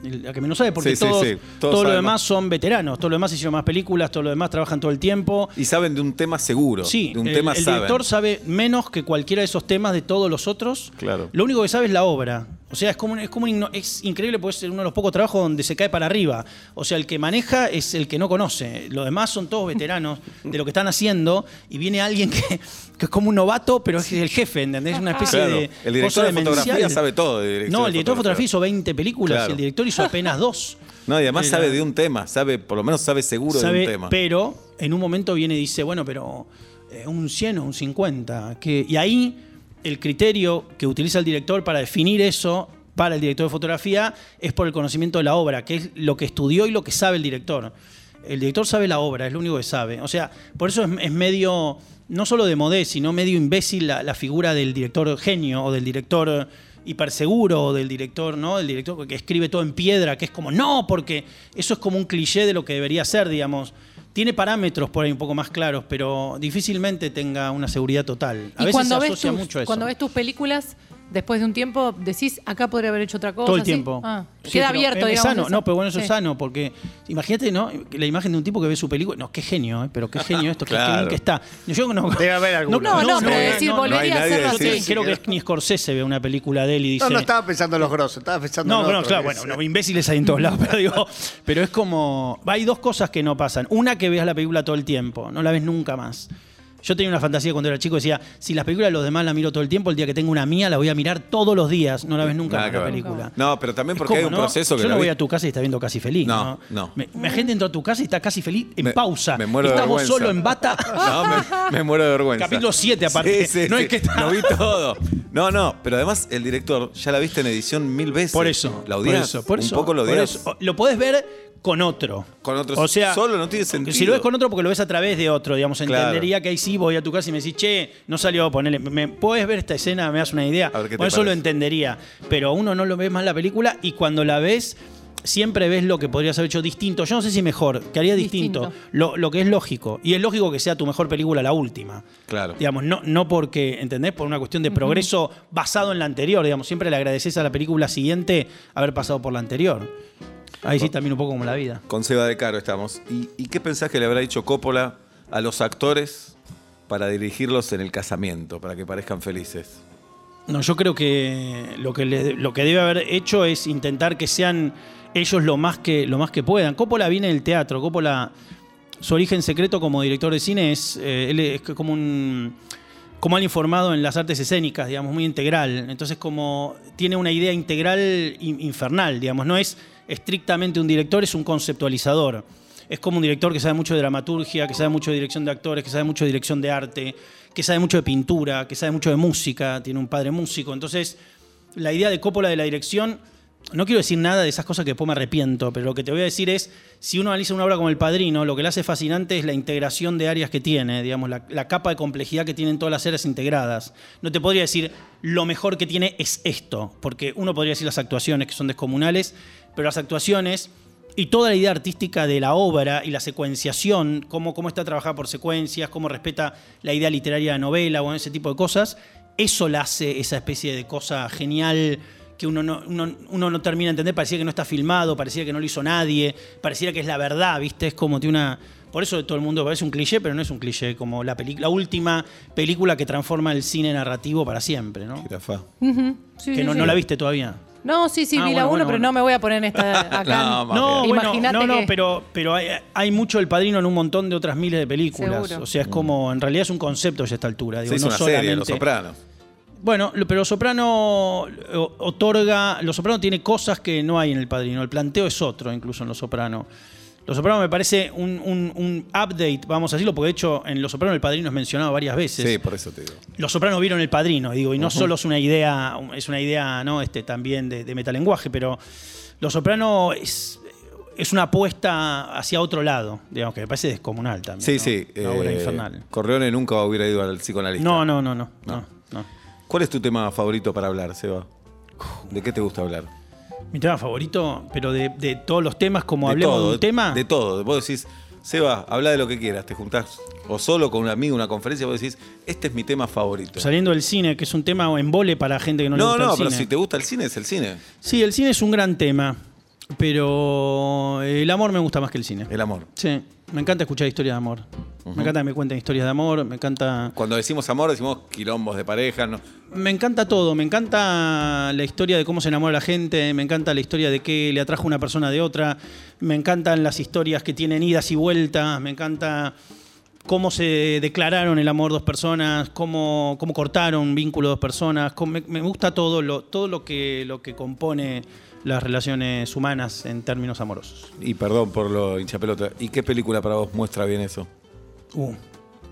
Speaker 3: El- La que menos sabe, porque
Speaker 2: Sí, sí,
Speaker 3: todos,
Speaker 2: sí. Todos
Speaker 3: todo lo
Speaker 2: saben
Speaker 3: demás
Speaker 2: más.
Speaker 3: son veteranos, todo lo demás hicieron más películas, todo lo demás trabajan todo el tiempo.
Speaker 2: Y saben de un tema seguro.
Speaker 3: Sí,
Speaker 2: de un
Speaker 3: el,
Speaker 2: tema
Speaker 3: el
Speaker 2: saben.
Speaker 3: director sabe menos que cualquiera de esos temas de todos los otros.
Speaker 2: Claro.
Speaker 3: Lo único que sabe es la obra. O sea, es como, un- es como un igno- es increíble, puede ser uno de los pocos trabajos donde se cae para arriba. O sea, el que maneja es el que no conoce. Los demás son todos veteranos de lo que están haciendo y viene alguien que, que es como un novato, pero es el jefe, ¿entendés? Es una especie
Speaker 2: Claro.
Speaker 3: de.
Speaker 2: El director
Speaker 3: cosa
Speaker 2: de fotografía
Speaker 3: demencial.
Speaker 2: sabe todo de dirección
Speaker 3: No,
Speaker 2: de
Speaker 3: el director de fotografía hizo 20 películas
Speaker 2: Claro.
Speaker 3: y el director hizo apenas dos.
Speaker 2: No, y además
Speaker 3: Eh,
Speaker 2: sabe
Speaker 3: la-
Speaker 2: de un tema, sabe, por lo menos sabe seguro de
Speaker 3: Sabe,
Speaker 2: un tema.
Speaker 3: Pero en un momento viene y dice, bueno, pero eh, un 100 o un 50. Que, y ahí el criterio que utiliza el director para definir eso para el director de fotografía es por el conocimiento de la obra, que es lo que estudió y lo que sabe el director. El director sabe la obra, es lo único que sabe. O sea, por eso es, es medio, no solo de modé, sino medio imbécil la, la figura del director genio o del director hiperseguro o del director, ¿no? El director que escribe todo en piedra, que es como, no, porque eso es como un cliché de lo que debería ser, digamos. Tiene parámetros por ahí un poco más claros, pero difícilmente tenga una seguridad total. A
Speaker 4: y
Speaker 3: veces
Speaker 4: cuando,
Speaker 3: se
Speaker 4: ves
Speaker 3: asocia
Speaker 4: tus,
Speaker 3: mucho a eso.
Speaker 4: cuando ves tus películas, después de un tiempo, decís, acá podría haber hecho otra cosa.
Speaker 3: todo el
Speaker 4: así.
Speaker 3: tiempo.
Speaker 4: Ah,
Speaker 3: Sí,
Speaker 4: queda
Speaker 3: pero
Speaker 4: abierto,
Speaker 3: es
Speaker 4: digamos.
Speaker 3: sano.
Speaker 4: eso.
Speaker 3: No, pero bueno, eso
Speaker 4: Sí.
Speaker 3: es sano, porque imagínate, ¿no? La imagen de un tipo que ve su película. No, qué genio, ¿eh? Pero qué genio esto, qué- qué
Speaker 2: Claro.
Speaker 3: bien que está. Yo no.
Speaker 5: Debe haber alguno.
Speaker 4: No, no, pero decir,
Speaker 3: no,
Speaker 2: volver
Speaker 4: volvería
Speaker 2: hay
Speaker 4: a
Speaker 2: nadie
Speaker 4: hacerlo
Speaker 2: que
Speaker 3: Yo
Speaker 4: así.
Speaker 2: decir,
Speaker 3: te- creo que ni Scorsese ve una película de él y dice.
Speaker 5: No, no estaba pensando en los grosos, estaba pensando
Speaker 3: No,
Speaker 5: en
Speaker 3: bueno,
Speaker 5: otros,
Speaker 3: claro,
Speaker 5: que
Speaker 3: bueno,
Speaker 5: es-
Speaker 3: no, imbéciles hay en todos lados, pero digo, pero es como. Hay dos cosas que no pasan. Una que veas la película todo el tiempo, no la ves nunca más. Yo tenía una fantasía cuando era chico, decía, si las películas de los demás las miro todo el tiempo, el día que tengo una mía la voy a mirar todos los días, no la ves nunca
Speaker 2: Nada
Speaker 3: más
Speaker 2: que
Speaker 3: la
Speaker 2: ver.
Speaker 3: película.
Speaker 2: No, pero también
Speaker 3: Es
Speaker 2: porque hay
Speaker 3: como,
Speaker 2: un
Speaker 3: ¿no?
Speaker 2: proceso que
Speaker 3: Yo
Speaker 2: la
Speaker 3: no voy
Speaker 2: vi-
Speaker 3: a tu casa y está viendo casi feliz.
Speaker 2: No,
Speaker 3: No,
Speaker 2: no.
Speaker 3: Me, me gente entró a tu casa y está casi feliz en
Speaker 2: Me-
Speaker 3: pausa.
Speaker 2: me muero de
Speaker 3: Estás vos
Speaker 2: vergüenza.
Speaker 3: solo en bata.
Speaker 2: No, me, me muero de vergüenza.
Speaker 3: Capítulo siete, aparte. No es que está-
Speaker 2: Lo vi todo. No, no, pero además el director ya la viste en edición mil veces.
Speaker 3: Por eso.
Speaker 2: La
Speaker 3: por
Speaker 2: odias.
Speaker 3: eso, por eso,
Speaker 2: Un poco lo
Speaker 3: por
Speaker 2: odias.
Speaker 3: eso. O- Lo podés ver con otro.
Speaker 2: Con otro,
Speaker 3: O sea,
Speaker 2: solo no tiene
Speaker 3: Si
Speaker 2: sentido.
Speaker 3: lo ves con otro porque lo ves a través de otro, digamos,
Speaker 2: Claro.
Speaker 3: entendería que ahí sí voy a tu casa y me decís, che, no salió, ponele, me- ¿me puedes ver esta escena? ¿Me das una idea?
Speaker 2: A ver, ¿qué te
Speaker 3: Bueno, eso lo
Speaker 2: parece?
Speaker 3: entendería. Pero uno no lo ve más la película y cuando la ves, siempre ves lo que podrías haber hecho distinto. Yo no sé si mejor, que haría distinto.
Speaker 4: Distinto.
Speaker 3: Lo, lo que es lógico. Y es lógico que sea tu mejor película la última.
Speaker 2: Claro.
Speaker 3: Digamos, no, no porque, ¿entendés? Por una cuestión de progreso basado en la anterior. Digamos, siempre le agradeces a la película siguiente haber pasado por la anterior. Ahí sí también un poco como la vida.
Speaker 2: Con Seba de Caro estamos. ¿Y, y qué pensás que le habrá dicho Coppola a los actores para dirigirlos en el casamiento, para que parezcan felices?
Speaker 3: No, yo creo que lo que, le- lo que debe haber hecho es intentar que sean ellos lo más que, lo más que puedan. Coppola viene del teatro, Coppola, su origen secreto como director de cine es, eh, él es como un... Como alguien formado en las artes escénicas, digamos, muy integral. Entonces, como tiene una idea integral in- infernal, digamos, no es estrictamente un director, es un conceptualizador. Es como un director que sabe mucho de dramaturgia, que sabe mucho de dirección de actores, que sabe mucho de dirección de arte, que sabe mucho de pintura, que sabe mucho de música, tiene un padre músico. Entonces, la idea de Coppola de la dirección, no quiero decir nada de esas cosas que después me arrepiento, pero lo que te voy a decir es, si uno analiza una obra como El Padrino, lo que le hace fascinante es la integración de áreas que tiene, digamos, la, la capa de complejidad que tienen todas las áreas integradas. No te podría decir, lo mejor que tiene es esto, porque uno podría decir las actuaciones, que son descomunales, pero las actuaciones... Y toda la idea artística de la obra y la secuenciación, cómo, cómo está trabajada por secuencias, cómo respeta la idea literaria de la novela o ese tipo de cosas, eso la hace esa especie de cosa genial que uno no, uno, uno no termina de entender. Parecía que no está filmado, parecía que no lo hizo nadie, parecía que es la verdad, ¿viste? Es como tiene una. Por eso todo el mundo parece un cliché, pero no es un cliché, como la, peli- la última película que transforma el cine narrativo para siempre, ¿no?
Speaker 2: Jirafá.
Speaker 4: Ujú, sí,
Speaker 3: Que
Speaker 4: sí,
Speaker 3: no,
Speaker 4: sí.
Speaker 3: no la viste todavía.
Speaker 4: No, sí, sí,
Speaker 3: Ah,
Speaker 4: vi
Speaker 3: bueno,
Speaker 4: la 1,
Speaker 3: bueno,
Speaker 4: pero
Speaker 3: bueno.
Speaker 4: no me voy a poner en esta acá.
Speaker 2: No,
Speaker 3: No,
Speaker 2: Más
Speaker 3: bueno,
Speaker 4: Imaginate
Speaker 3: no, no,
Speaker 4: que-
Speaker 3: pero, pero hay, hay mucho el padrino en un montón de otras miles de películas.
Speaker 4: Seguro.
Speaker 3: O sea, es como, en realidad es un concepto ya a esta altura. Digo,
Speaker 2: Se hizo
Speaker 3: no
Speaker 2: una serie, Los
Speaker 3: solamente-
Speaker 2: Sopranos.
Speaker 3: Bueno, lo- pero Soprano eh, o- otorga. Los Soprano tiene cosas que no hay en el padrino. El planteo es otro, incluso en Los Soprano. Los Soprano me parece un, un- un update, vamos a decirlo, porque de hecho en Los Soprano el padrino es mencionado varias veces.
Speaker 2: Sí, por eso te digo.
Speaker 3: Los Sopranos vieron El Padrino, digo, y no solo es una idea, es una idea, ¿no? Este, también de, de metalenguaje, pero Los Sopranos es, es una apuesta hacia otro lado, digamos, que me parece descomunal también.
Speaker 2: Sí,
Speaker 3: ¿no?
Speaker 2: sí.
Speaker 3: Una obra
Speaker 2: eh,
Speaker 3: infernal.
Speaker 2: Corleone nunca hubiera ido al psicoanalista.
Speaker 3: No, no, no, no, no, no.
Speaker 2: ¿Cuál es tu tema favorito para hablar, Seba? ¿De qué te gusta hablar?
Speaker 3: Mi tema favorito, pero de, de todos los temas, como
Speaker 2: de
Speaker 3: hablemos
Speaker 2: todo,
Speaker 3: de un tema.
Speaker 2: De todo. Vos decís, Seba, habla de lo que quieras, te juntás o solo con un amigo, una conferencia, vos decís, este es mi tema favorito.
Speaker 3: Saliendo del cine, que es un tema en vole para gente que Pues no, le
Speaker 2: no,
Speaker 3: gusta
Speaker 2: no,
Speaker 3: el
Speaker 2: pero
Speaker 3: cine.
Speaker 2: si te gusta el cine, es el cine.
Speaker 3: Sí, el cine es un gran tema, pero el amor me gusta más que el cine.
Speaker 2: El amor.
Speaker 3: Sí, me encanta escuchar historias de amor. Me encanta que me cuenten historias de amor, me encanta...
Speaker 2: Cuando decimos amor, decimos quilombos de pareja. No.
Speaker 3: Me encanta todo, me encanta la historia de cómo se enamora la gente, me encanta la historia de qué le atrajo una persona de otra, me encantan las historias que tienen idas y vueltas, me encanta cómo se declararon el amor dos personas, cómo, cómo cortaron un vínculo dos personas, cómo- me, me gusta todo lo, todo lo que, lo que compone las relaciones humanas en términos amorosos.
Speaker 2: Y perdón por lo hinchapelota. ¿Y qué película para vos muestra bien eso?
Speaker 3: Uh,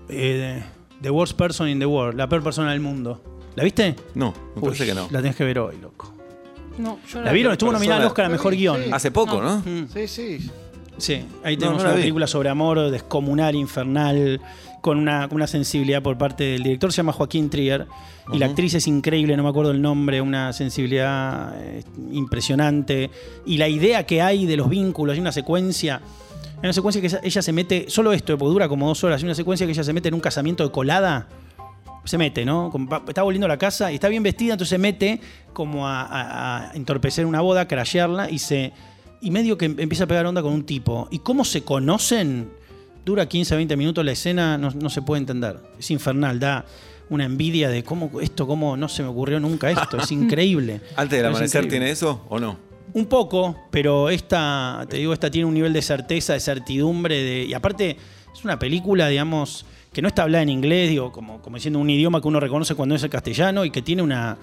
Speaker 3: eh, the worst person in the world, la peor persona del mundo. ¿La viste?
Speaker 2: No, me parece
Speaker 3: Uy,
Speaker 2: que no.
Speaker 3: La tenés que ver hoy, loco.
Speaker 4: No, yo no
Speaker 3: ¿La vieron? Estuvo
Speaker 2: persona-
Speaker 3: nominada al Oscar a Mejor
Speaker 5: Sí,
Speaker 3: Guión.
Speaker 5: sí.
Speaker 2: Hace poco, ¿no?
Speaker 5: Sí, sí.
Speaker 3: Sí, ahí
Speaker 2: Ah, No,
Speaker 3: tenemos
Speaker 2: no la
Speaker 3: una
Speaker 2: vi.
Speaker 3: película sobre amor descomunal, infernal, con una, con una sensibilidad por parte del director, se llama Joaquín Trier, y la actriz es increíble, no me acuerdo el nombre, una sensibilidad eh, impresionante, y la idea que hay de los vínculos, hay una secuencia, hay una secuencia que ella- ella se mete, solo esto, porque dura como dos horas, hay una secuencia que ella se mete en un casamiento de colada, se mete, ¿no? Como va- está volviendo a la casa y está bien vestida, entonces se mete como a, a- a entorpecer una boda, crashearla y se. Y medio que em- empieza a pegar onda con un tipo. ¿Y cómo se conocen? Dura 15, 20 minutos la escena, no, no se puede entender. Es infernal, da una envidia de cómo esto, cómo no se me ocurrió nunca esto. Es increíble.
Speaker 2: ¿Antes del
Speaker 3: Pero es
Speaker 2: amanecer
Speaker 3: increíble.
Speaker 2: tiene eso o no?
Speaker 3: Un poco, pero esta, te digo, esta tiene un nivel de certeza, de certidumbre, de, y aparte es una película, digamos, que no está hablada en inglés, digo, como, como diciendo un idioma que uno reconoce cuando es el castellano y que tiene una,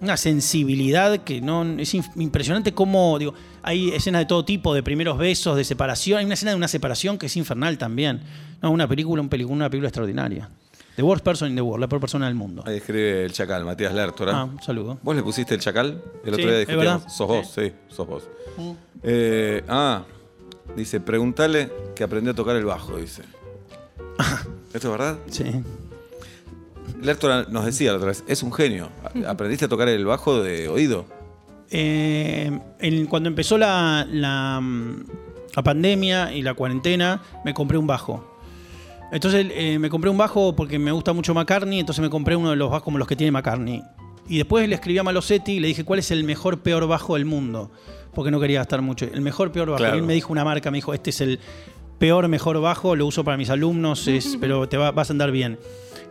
Speaker 3: una sensibilidad que no es in- impresionante cómo, digo, hay escenas de todo tipo, de primeros besos, de separación, hay una escena de una separación que es infernal también. No, una película, un pelicu- una película extraordinaria. The worst person in the world, la peor persona del mundo.
Speaker 2: Ahí escribe el chacal, Matías Lertora.
Speaker 3: Ah, un saludo.
Speaker 2: ¿Vos le pusiste el chacal? El
Speaker 3: Sí,
Speaker 2: otro día
Speaker 3: es
Speaker 2: discutíamos.
Speaker 3: verdad. Mm.
Speaker 2: Sos vos, sí, sos vos. Eh, ah, dice, preguntale que aprendió a tocar el bajo, dice. ¿Esto es verdad?
Speaker 3: Sí.
Speaker 2: Lertora nos decía la otra vez, es un genio. A- ¿Aprendiste a tocar el bajo de oído?
Speaker 3: Eh, en- cuando empezó la, la, mm, la pandemia y la cuarentena, me compré un bajo. Entonces eh, me compré un bajo porque me gusta mucho McCartney, entonces me compré uno de los bajos como los que tiene McCartney. Y después le escribí a Malosetti y le dije, ¿cuál es el mejor, peor bajo del mundo? Porque no quería gastar mucho. El mejor, peor bajo.
Speaker 2: Claro.
Speaker 3: Y él me dijo una marca, me dijo, este es el peor, mejor bajo, lo uso para mis alumnos, es, pero te va- vas a andar bien.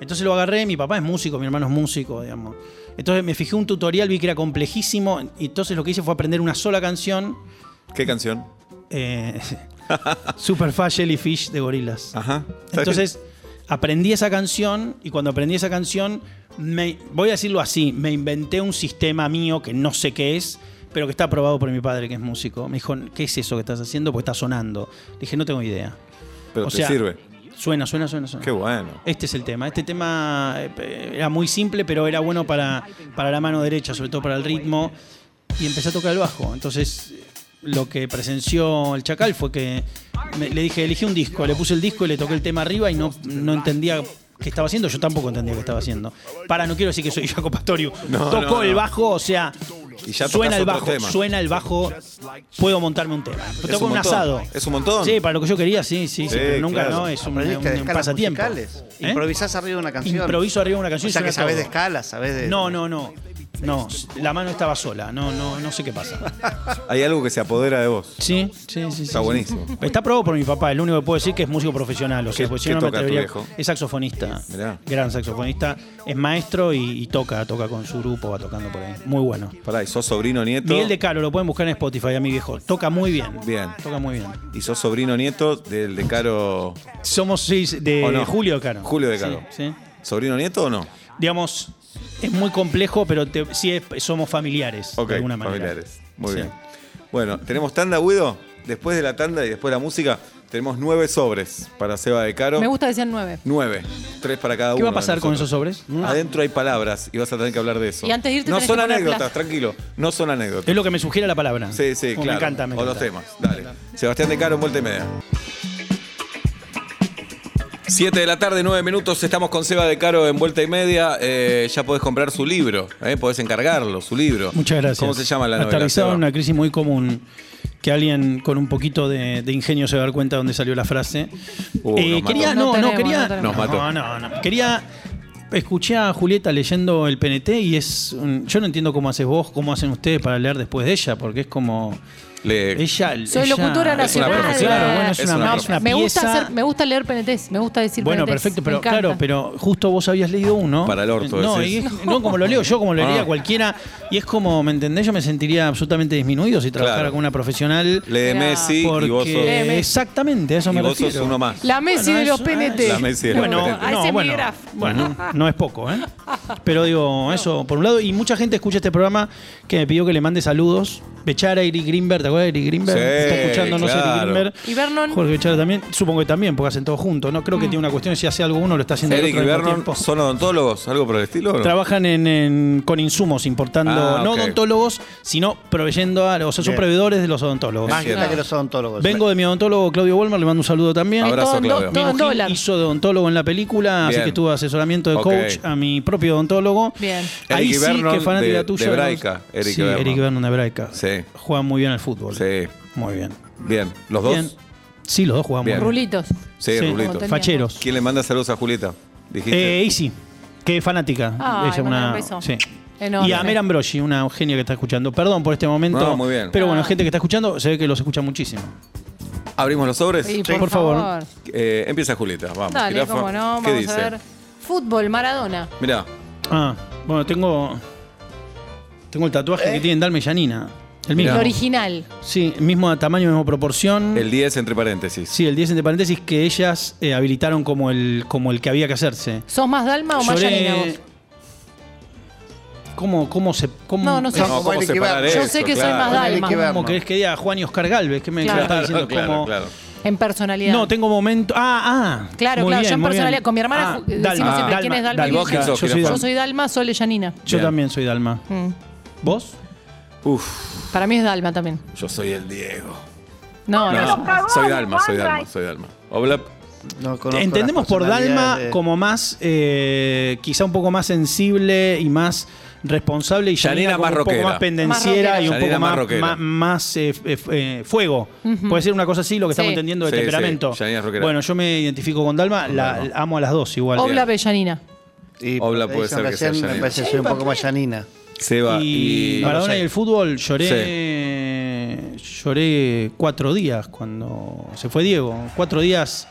Speaker 3: Entonces lo agarré, mi papá es músico, mi hermano es músico, digamos. Entonces me fijé un tutorial, vi que era complejísimo, y entonces lo que hice fue aprender una sola canción,
Speaker 2: ¿Qué canción?
Speaker 3: eh, Superfast Jellyfish de Gorilas.
Speaker 2: Ajá. ¿Sabés
Speaker 3: Entonces, aprendí esa canción y cuando aprendí esa canción, me- voy a decirlo así, me inventé un sistema mío que no sé qué es, pero que está aprobado por mi padre, que es músico. Me dijo, ¿qué es eso que estás haciendo? Porque está sonando. Le dije, no tengo idea.
Speaker 2: que- Pero
Speaker 3: o
Speaker 2: te
Speaker 3: sea,
Speaker 2: sirve.
Speaker 3: Suena, suena, suena, suena.
Speaker 2: Qué bueno.
Speaker 3: Este es el tema. Este tema eh, era muy simple, pero era bueno para, para la mano derecha, sobre todo para el ritmo. Y empecé a tocar el bajo. Entonces, eh, lo que presenció el Chacal fue que me- le dije, elegí un disco, le puse el disco y le toqué el tema arriba y no, no entendía qué estaba haciendo. Yo tampoco entendía qué estaba haciendo. Para, no quiero decir que soy Jaco Pastoriu.
Speaker 2: No,
Speaker 3: Toco
Speaker 2: no,
Speaker 3: el
Speaker 2: no.
Speaker 3: bajo, o sea.
Speaker 2: Y ya tocás
Speaker 3: suena el
Speaker 2: otro
Speaker 3: bajo,
Speaker 2: tema.
Speaker 3: suena el bajo, puedo montarme un tema. Toco
Speaker 2: un montón.
Speaker 3: un, asado.
Speaker 2: Es un montón.
Speaker 3: Sí, para lo que yo quería, sí, sí, sí,
Speaker 2: Sí,
Speaker 3: pero nunca
Speaker 2: claro.
Speaker 3: no, es un,
Speaker 5: Aprendiste
Speaker 3: un-
Speaker 5: de
Speaker 3: un
Speaker 5: escalas
Speaker 3: pasatiempo.
Speaker 5: musicales.
Speaker 3: ¿Eh?
Speaker 5: Improvisás arriba de una canción.
Speaker 3: Improviso arriba de una canción.
Speaker 5: O
Speaker 3: y
Speaker 5: sea que
Speaker 3: suena
Speaker 5: sabés de
Speaker 3: todo.
Speaker 5: escalas, sabés de.
Speaker 3: No, no, no. No, la mano estaba sola. No, no, no sé qué pasa.
Speaker 2: Hay algo que se apodera de vos.
Speaker 3: Sí, sí, sí. sí.
Speaker 2: Está buenísimo.
Speaker 3: Está aprobado por mi papá, el único que puedo decir que es músico profesional, o sea,
Speaker 2: ¿Qué-
Speaker 3: porque si
Speaker 2: qué
Speaker 3: no, no me
Speaker 2: toca tu
Speaker 3: atrevería-
Speaker 2: viejo?
Speaker 3: Es saxofonista,
Speaker 2: Mirá.
Speaker 3: gran saxofonista, es maestro y, y toca, toca con su grupo, va tocando por ahí. Muy bueno.
Speaker 2: Pará, ¿y sos sobrino nieto?
Speaker 3: Miguel de Caro, lo pueden buscar en Spotify a mi viejo. Toca muy bien.
Speaker 2: Bien.
Speaker 3: Toca muy bien.
Speaker 2: ¿Y sos sobrino nieto del de Caro?
Speaker 3: Somos seis de
Speaker 2: ¿O no?
Speaker 3: Julio de Caro.
Speaker 2: Julio de Caro.
Speaker 3: Sí, sí.
Speaker 2: ¿Sobrino nieto o no?
Speaker 3: digamos, es muy complejo, pero te- sí es- somos familiares
Speaker 2: Ok,
Speaker 3: de alguna manera.
Speaker 2: familiares. Muy
Speaker 3: Sí.
Speaker 2: bien. Bueno, ¿tenemos tanda, Guido? Después de la tanda y después de la música, tenemos nueve sobres para Seba de Caro.
Speaker 4: Me gusta decir nueve.
Speaker 2: Nueve. Tres para cada
Speaker 3: ¿Qué
Speaker 2: uno.
Speaker 3: va a pasar
Speaker 2: de
Speaker 3: con esos
Speaker 2: nosotros.
Speaker 3: sobres?
Speaker 2: Adentro hay palabras y vas a tener que hablar de eso.
Speaker 4: Y antes de irte
Speaker 2: No
Speaker 4: tenés que
Speaker 2: son
Speaker 4: poner
Speaker 2: anécdotas,
Speaker 4: plata.
Speaker 2: tranquilo. No son anécdotas.
Speaker 3: Es lo que me sugiere la palabra.
Speaker 2: Sí, sí,
Speaker 3: Como
Speaker 2: claro.
Speaker 3: Me encanta, me
Speaker 2: O los
Speaker 3: encanta.
Speaker 2: temas. Dale. Sebastián de Caro en vuelta y media. Siete de la tarde, nueve minutos, estamos con Seba de Caro en vuelta y media. Eh, ya podés comprar su libro, eh, podés encargarlo, su libro.
Speaker 3: Muchas gracias.
Speaker 2: ¿Cómo se llama la novela?
Speaker 3: Aterrizado
Speaker 2: Seba?
Speaker 3: en una crisis muy común que alguien con un poquito de, de ingenio se va a dar cuenta de dónde salió la frase.
Speaker 2: Uh,
Speaker 3: Eh,
Speaker 2: nos mató.
Speaker 3: quería,
Speaker 4: No
Speaker 3: no, no,
Speaker 4: tenemos,
Speaker 3: quería,
Speaker 4: no
Speaker 2: tenemos. Nos mató.
Speaker 3: no, no, no. quería, escuché a Julieta leyendo el PNT y es, un- yo no entiendo cómo haces vos, cómo hacen ustedes para leer después de ella, porque es como
Speaker 2: Le-
Speaker 3: ella.
Speaker 4: Soy
Speaker 3: ella-
Speaker 4: locutora
Speaker 2: Eh, Es una
Speaker 4: nacional.
Speaker 2: profesión.
Speaker 3: Claro, bueno, es,
Speaker 2: Es
Speaker 3: una,
Speaker 2: una
Speaker 3: es una
Speaker 4: me gusta
Speaker 3: pieza-
Speaker 4: hacer, me gusta leer PNTs, me gusta decir
Speaker 3: Bueno,
Speaker 4: PNTs,
Speaker 3: perfecto,
Speaker 4: me
Speaker 3: pero
Speaker 4: encanta.
Speaker 3: claro, pero justo vos habías leído uno.
Speaker 2: Para el orto,
Speaker 3: No,
Speaker 2: decís.
Speaker 3: y es- no como lo leo yo, como lo leía
Speaker 2: Ah.
Speaker 3: cualquiera. Y es como, ¿me entendés? Yo me sentiría absolutamente disminuido si trabajara
Speaker 2: Claro.
Speaker 3: con una profesional.
Speaker 2: Le de
Speaker 4: Mirá.
Speaker 2: Messi
Speaker 3: porque
Speaker 2: y vos sos,
Speaker 4: Messi.
Speaker 3: exactamente, a eso
Speaker 2: y
Speaker 3: me
Speaker 2: vos sos
Speaker 3: refiero.
Speaker 2: uno más.
Speaker 4: La Messi
Speaker 3: Bueno,
Speaker 4: de los
Speaker 3: eso-
Speaker 4: PNT.
Speaker 2: La Messi de los
Speaker 3: bueno,
Speaker 2: PNT.
Speaker 4: Ah, ese
Speaker 3: no,
Speaker 4: es mi
Speaker 3: bueno,
Speaker 4: graf.
Speaker 3: bueno, no es poco, ¿eh? Pero digo, eso, por un lado, y mucha gente escucha este programa que me pidió que le mande saludos. Bechara, Iri Greenberg, ¿te acuerdas de Iri Greenberg?
Speaker 2: Sí,
Speaker 3: Está escuchando, no sé, Iri
Speaker 2: claro.
Speaker 3: Greenberg.
Speaker 4: Y Vernon. Mm.
Speaker 3: Jorge Bechara también, supongo que también, porque hacen todo juntos, ¿no? Creo que tiene una cuestión, si hace algo uno, lo está haciendo el
Speaker 2: Eric
Speaker 3: otro
Speaker 2: y
Speaker 3: al mismo
Speaker 2: Vernon
Speaker 3: tiempo.
Speaker 2: son odontólogos, algo por el estilo. o no?
Speaker 3: Trabajan en, en- con insumos, importando,
Speaker 2: Ah,
Speaker 3: no
Speaker 2: ok.
Speaker 3: odontólogos, sino proveyendo a, o sea, son
Speaker 5: Bien.
Speaker 3: proveedores de los odontólogos.
Speaker 5: Más
Speaker 2: cierto.
Speaker 5: que los odontólogos.
Speaker 3: Vengo de mi odontólogo Claudio Wolmer, le mando un saludo también.
Speaker 2: Abrazo,
Speaker 4: todo en do-
Speaker 2: Claudio.
Speaker 4: todo en
Speaker 3: Mimo Gil
Speaker 4: dólar.
Speaker 3: hizo de odontólogo en la película,
Speaker 2: Bien.
Speaker 3: así que tuvo asesoramiento de
Speaker 2: Ok.
Speaker 3: coach a mi propio odontólogo.
Speaker 4: Bien.
Speaker 3: Ahí
Speaker 2: Eric
Speaker 3: sí
Speaker 2: Vernon
Speaker 3: que fanática
Speaker 2: de-
Speaker 3: tuya.
Speaker 2: de
Speaker 3: ¿no?
Speaker 2: Braica, Eric
Speaker 3: sí,
Speaker 2: Vernon.
Speaker 3: Eric Vernon de Braica.
Speaker 2: Sí.
Speaker 3: Juega muy bien al fútbol.
Speaker 2: Sí,
Speaker 3: Muy bien.
Speaker 2: bien. ¿Los dos?
Speaker 3: Bien. Sí, los dos jugamos.
Speaker 2: Bien.
Speaker 3: muy bien.
Speaker 4: Rulitos.
Speaker 2: Sí,
Speaker 3: Sí.
Speaker 2: Rublito.
Speaker 4: Como
Speaker 3: Facheros.
Speaker 2: ¿Quién le manda saludos a Julieta? Dijiste.
Speaker 3: Eh, Easy, que es fanática.
Speaker 4: Ay,
Speaker 3: Ella es
Speaker 4: mandale
Speaker 3: una,
Speaker 4: un beso.
Speaker 3: sí.
Speaker 4: Enorme.
Speaker 3: Y a Mera Ambrosi, una genia que está escuchando. Perdón por este momento.
Speaker 2: No, muy bien.
Speaker 3: Pero bueno,
Speaker 4: Ah.
Speaker 3: gente que está escuchando, se ve que los escucha muchísimo.
Speaker 2: ¿Abrimos los sobres?
Speaker 4: Sí,
Speaker 3: Sí,
Speaker 4: por,
Speaker 3: por favor.
Speaker 4: favor.
Speaker 2: Eh, empieza Julieta, vamos.
Speaker 4: Dale,
Speaker 2: jirafa.
Speaker 4: cómo no,
Speaker 2: ¿Qué
Speaker 4: vamos
Speaker 2: dice?
Speaker 4: a ver. Fútbol, Maradona.
Speaker 2: Mirá,
Speaker 3: Ah, bueno, tengo. Tengo el tatuaje
Speaker 4: ¿Eh?
Speaker 3: que tiene Dalme y Yanina. El mismo.
Speaker 4: El original.
Speaker 3: Sí, mismo tamaño, misma proporción.
Speaker 4: Mm.
Speaker 2: el 10 entre paréntesis.
Speaker 3: Sí, el 10 entre paréntesis que ellas eh, habilitaron como el, como el que había que hacerse.
Speaker 4: ¿Sos más Dalma o más
Speaker 3: Lloré-
Speaker 4: Yanina vos?
Speaker 3: ¿Cómo, cómo se.? Cómo,
Speaker 4: No, no sé.
Speaker 2: No,
Speaker 4: Son
Speaker 2: ¿cómo
Speaker 5: como
Speaker 2: separar
Speaker 5: Eric
Speaker 4: Yo
Speaker 2: eso?
Speaker 4: sé que soy más
Speaker 5: Con el
Speaker 4: Dalma.
Speaker 5: que ver,
Speaker 3: ¿Cómo
Speaker 5: ¿no?
Speaker 3: querés que diga Juan y Oscar Galvez? ¿Qué me
Speaker 4: Claro.
Speaker 3: estás diciendo?
Speaker 2: Claro, claro,
Speaker 3: ¿Cómo-
Speaker 2: claro.
Speaker 4: En personalidad.
Speaker 3: No, tengo momento. Ah, ah.
Speaker 4: Claro,
Speaker 3: muy
Speaker 4: claro,
Speaker 3: bien,
Speaker 4: yo en
Speaker 3: muy bien.
Speaker 4: personalidad- con mi hermana ju- decimos
Speaker 2: siempre
Speaker 4: quién es Dalma
Speaker 2: y vos quién
Speaker 3: Yo,
Speaker 2: sos,
Speaker 3: soy
Speaker 2: Girafal.
Speaker 4: Yo
Speaker 3: Dalma.
Speaker 4: soy Dalma, Sole Yanina.
Speaker 3: Yo
Speaker 2: Bien.
Speaker 3: también soy Dalma.
Speaker 4: Mm.
Speaker 3: ¿Vos?
Speaker 2: Uf,
Speaker 4: Para mí es Dalma también.
Speaker 2: yo soy el Diego.
Speaker 4: No, no.
Speaker 2: No, soy Dalma, soy Dalma, soy Dalma. Obla-
Speaker 5: No conozco las
Speaker 3: Entendemos por Dalma
Speaker 5: personalidades de-
Speaker 3: como más, eh, quizá un poco más sensible y más responsable y
Speaker 2: Yanina
Speaker 3: Yanina como
Speaker 2: más
Speaker 3: un poco
Speaker 2: rockera.
Speaker 3: más pendenciera
Speaker 4: Más
Speaker 3: y
Speaker 2: rockera.
Speaker 3: un poco
Speaker 2: Yanina
Speaker 3: más,
Speaker 2: más rockera.
Speaker 3: ma- más, eh, f- eh, f- eh, fuego. Puede ser una cosa así lo que
Speaker 4: Sí.
Speaker 3: estamos entendiendo de
Speaker 2: Sí, sí,
Speaker 3: temperamento.
Speaker 2: Yanina es rockera.
Speaker 3: bueno, yo me identifico con Dalma, la,
Speaker 2: Dalma.
Speaker 3: amo a las dos igual.
Speaker 4: Obla Bellanina.
Speaker 5: Y
Speaker 2: Obla
Speaker 5: me
Speaker 2: puede
Speaker 5: dicen
Speaker 2: ser que sea
Speaker 5: recién,
Speaker 2: Yanina.
Speaker 5: Me parece que soy un poco más llanina.
Speaker 2: Seba
Speaker 3: Y
Speaker 2: y.
Speaker 3: Maradona
Speaker 5: sé.
Speaker 3: y el fútbol, lloré, lloré cuatro días cuando se fue Diego. Cuatro días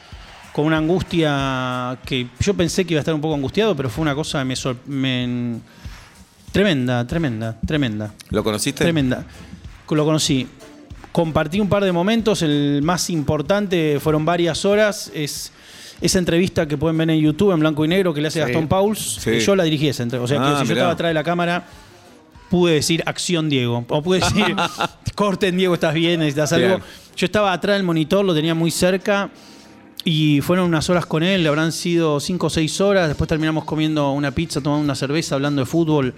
Speaker 3: con una angustia que yo pensé que iba a estar un poco angustiado, pero fue una cosa que me, sor- me- tremenda, tremenda, tremenda,
Speaker 2: ¿Lo conociste?
Speaker 3: tremenda. Lo conocí. Compartí un par de momentos, el más importante fueron varias horas, es esa entrevista que pueden ver en YouTube en blanco y negro que le hace
Speaker 5: Sí.
Speaker 3: Gastón Pauls,
Speaker 2: Sí.
Speaker 3: que yo la dirigí esa entre- o sea,
Speaker 2: Ah,
Speaker 3: que si yo
Speaker 2: mirá.
Speaker 3: estaba atrás de la cámara pude decir acción Diego. O pude decir, corten Diego, estás bien, necesitas algo.
Speaker 2: Bien.
Speaker 3: Yo estaba atrás del monitor, lo tenía muy cerca. Y fueron unas horas con él, habrán sido cinco o seis horas. Después terminamos comiendo una pizza, tomando una cerveza, hablando de fútbol.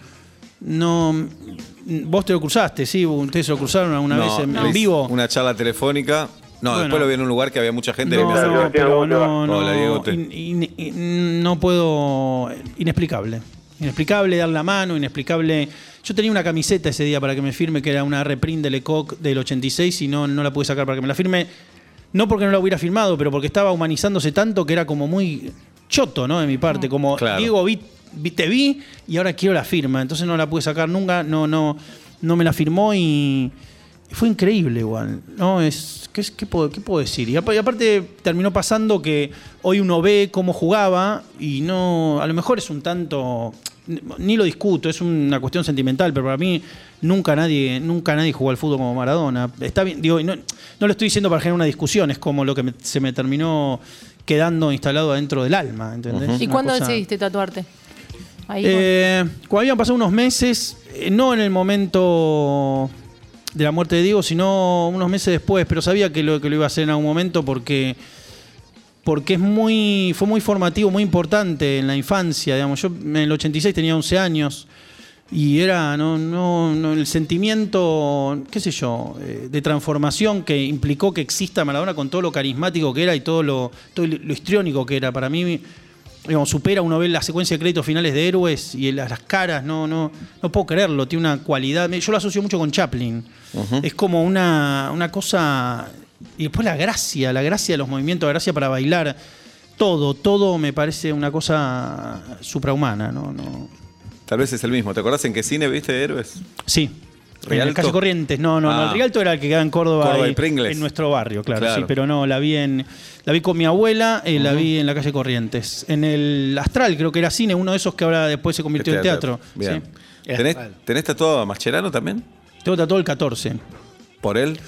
Speaker 3: No. mm, Vos te lo cruzaste, sí, ustedes se lo cruzaron alguna
Speaker 2: No,
Speaker 3: vez en,
Speaker 2: le
Speaker 3: en
Speaker 2: hice
Speaker 3: vivo.
Speaker 2: Una charla telefónica. No,
Speaker 3: Bueno.
Speaker 2: después lo vi en un lugar que había mucha gente que
Speaker 3: No,
Speaker 2: me saludó.
Speaker 3: no, pero no, no,
Speaker 2: Hola, Diego, te-
Speaker 3: in- in- in- no puedo. Inexplicable. Inexplicable dar la mano, inexplicable. Yo tenía una camiseta ese día para que me firme, que era una reprint de Lecoq del 86, y no, no la pude sacar para que me la firme. No porque no la hubiera firmado, pero porque estaba humanizándose tanto que era como muy choto, ¿no? De mi parte. Como,
Speaker 2: Mm. Claro.
Speaker 3: Diego, vi- vi- te vi y ahora quiero la firma. Entonces no la pude sacar nunca, no, no, no me la firmó y. Fue increíble igual. No, es. ¿Qué, es- qué puedo, qué puedo decir? Y apa- y aparte terminó pasando que hoy uno ve cómo jugaba y no. A lo mejor es un tanto. ni- Ni lo discuto, es una cuestión sentimental, pero para mí nunca nadie, nunca nadie jugó al fútbol como Maradona. Está bien, digo, y no, no lo estoy diciendo para generar una discusión, es como lo que me- se me terminó quedando instalado adentro del alma, ¿entendés?
Speaker 2: Mm.
Speaker 4: ¿Y
Speaker 3: Una
Speaker 4: cuándo
Speaker 3: cosa-
Speaker 4: decidiste tatuarte? Ahí.
Speaker 3: eh, cuando habían pasado unos meses, eh, no en el momento de la muerte de Diego, sino unos meses después, pero sabía que lo, que lo iba a hacer en algún momento porque, porque es muy, fue muy formativo, muy importante en la infancia. Digamos. Yo en el 86 tenía 11 años y era no, no, no, el sentimiento, qué sé yo, eh, de transformación que implicó que exista Maradona con todo lo carismático que era y todo lo, todo lo histriónico que era. Para mí digamos, supera uno ve la secuencia de créditos finales de héroes y las, las caras, no, no, no puedo creerlo, tiene una cualidad. me- Yo lo asocio mucho con Chaplin. Es como una, una cosa. Y después la gracia, la gracia de los movimientos, la gracia para bailar. Todo, todo me parece una cosa suprahumana, ¿no? no
Speaker 2: Tal vez es el mismo. ¿Te acordás en qué cine viste héroes?
Speaker 3: Sí. En
Speaker 2: ¿Rialto?
Speaker 3: el Calle Corrientes, no, no, no,
Speaker 2: Ah.
Speaker 3: el Rialto era el que queda en Córdoba,
Speaker 2: Córdoba y
Speaker 3: ahí,
Speaker 2: Pringles.
Speaker 3: en nuestro barrio, claro,
Speaker 2: Claro.
Speaker 3: sí, pero no, la vi en la vi con mi abuela, eh, la vi en la calle Corrientes, en el Astral, creo que era cine, uno de esos que ahora después se convirtió en teatro.
Speaker 2: Este Bien.
Speaker 3: sí.
Speaker 2: ¿Tenés, ¿Tenés tatuado a Mascherano también?
Speaker 3: Tengo tatuado el 14.
Speaker 2: ¿Por él?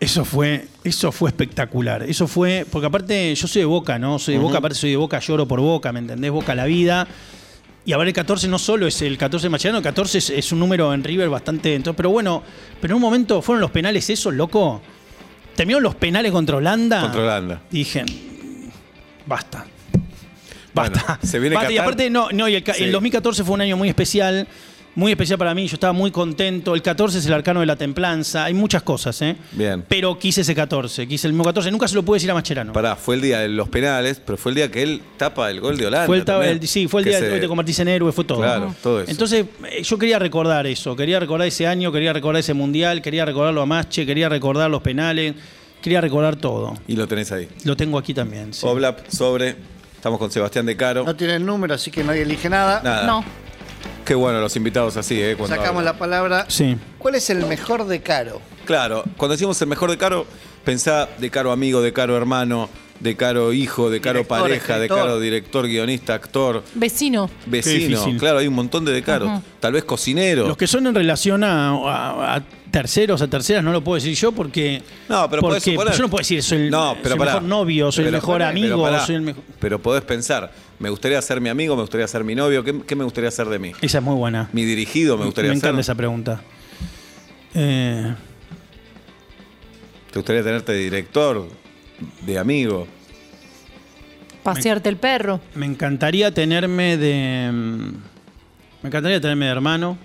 Speaker 3: Eso fue, eso fue espectacular. Eso fue, porque aparte yo soy de Boca, ¿no? Soy de Boca, aparte soy de Boca, lloro por Boca, ¿me entendés? Boca la vida. Y a ver, el 14 no solo es el 14 de Mascherano, el 14 es, es un número en River bastante... entonces, pero bueno, pero en un momento fueron los penales esos, loco. Terminaron los penales contra Holanda.
Speaker 2: Contra Holanda.
Speaker 3: Dije, basta.
Speaker 2: Bueno,
Speaker 3: Basta.
Speaker 2: se viene
Speaker 3: Basta. Y
Speaker 2: Qatar.
Speaker 3: aparte, no, no y el, ca-
Speaker 2: Sí.
Speaker 3: el 2014 fue un año muy especial, muy especial para mí. Yo estaba muy contento. El 14 es el arcano de la templanza. Hay muchas cosas, ¿eh?
Speaker 2: Bien.
Speaker 3: Pero quise ese 14, quise el mismo 14. Nunca se lo pude decir a Macherano.
Speaker 2: Pará, fue el día de los penales, pero fue el día que él tapa el gol de Holanda.
Speaker 3: Fue el, tab-
Speaker 2: también.
Speaker 3: el- sí, fue el
Speaker 2: Que
Speaker 3: día
Speaker 2: se-
Speaker 3: que te convertís en héroe, fue todo.
Speaker 2: Claro, todo eso.
Speaker 3: Entonces, eh, yo quería recordar eso, quería recordar ese año, quería recordar ese mundial, quería recordarlo a Mache, quería recordar los penales, quería recordar todo.
Speaker 2: Y lo tenés ahí.
Speaker 3: Lo tengo aquí también. sí.
Speaker 2: Oblap, sobre. Estamos con Sebastián de Caro.
Speaker 5: No tiene el número, así que nadie elige nada.
Speaker 2: Nada.
Speaker 4: No.
Speaker 2: Qué bueno los invitados así, ¿eh? Cuando
Speaker 5: Sacamos
Speaker 2: hablan.
Speaker 5: la palabra.
Speaker 3: Sí.
Speaker 5: ¿Cuál es el mejor de Caro?
Speaker 2: Claro, cuando decimos el mejor de Caro, pensá de Caro amigo, de Caro hermano, de Caro hijo, de Caro
Speaker 5: Director,
Speaker 2: pareja,
Speaker 5: escritor.
Speaker 2: de Caro director, guionista, actor,
Speaker 4: Vecino.
Speaker 2: vecino.
Speaker 3: difícil.
Speaker 2: Claro, hay un montón de de Caro. Tal vez cocinero.
Speaker 3: Los que son en relación a, a- a terceros, a terceras, no lo puedo decir yo porque.
Speaker 2: No, pero podés
Speaker 3: porque
Speaker 2: suponer-
Speaker 3: Yo no puedo decir, soy el,
Speaker 2: No, pero
Speaker 3: soy el
Speaker 2: pará.
Speaker 3: mejor novio, soy el
Speaker 2: Pero-
Speaker 3: mejor
Speaker 2: pero
Speaker 3: amigo,
Speaker 2: pará.
Speaker 3: soy el mejor.
Speaker 2: Pero podés pensar, me gustaría ser mi amigo, me gustaría ser mi novio, ¿qué, qué me gustaría ser de mí?
Speaker 3: Esa es muy buena.
Speaker 2: Mi dirigido me gustaría
Speaker 3: Me
Speaker 2: ser.
Speaker 3: encanta esa pregunta. Eh,
Speaker 2: ¿Te gustaría tenerte de director, de amigo?
Speaker 4: Pasearte el perro.
Speaker 3: me encantaría tenerme de. mm, Me encantaría tenerme de hermano.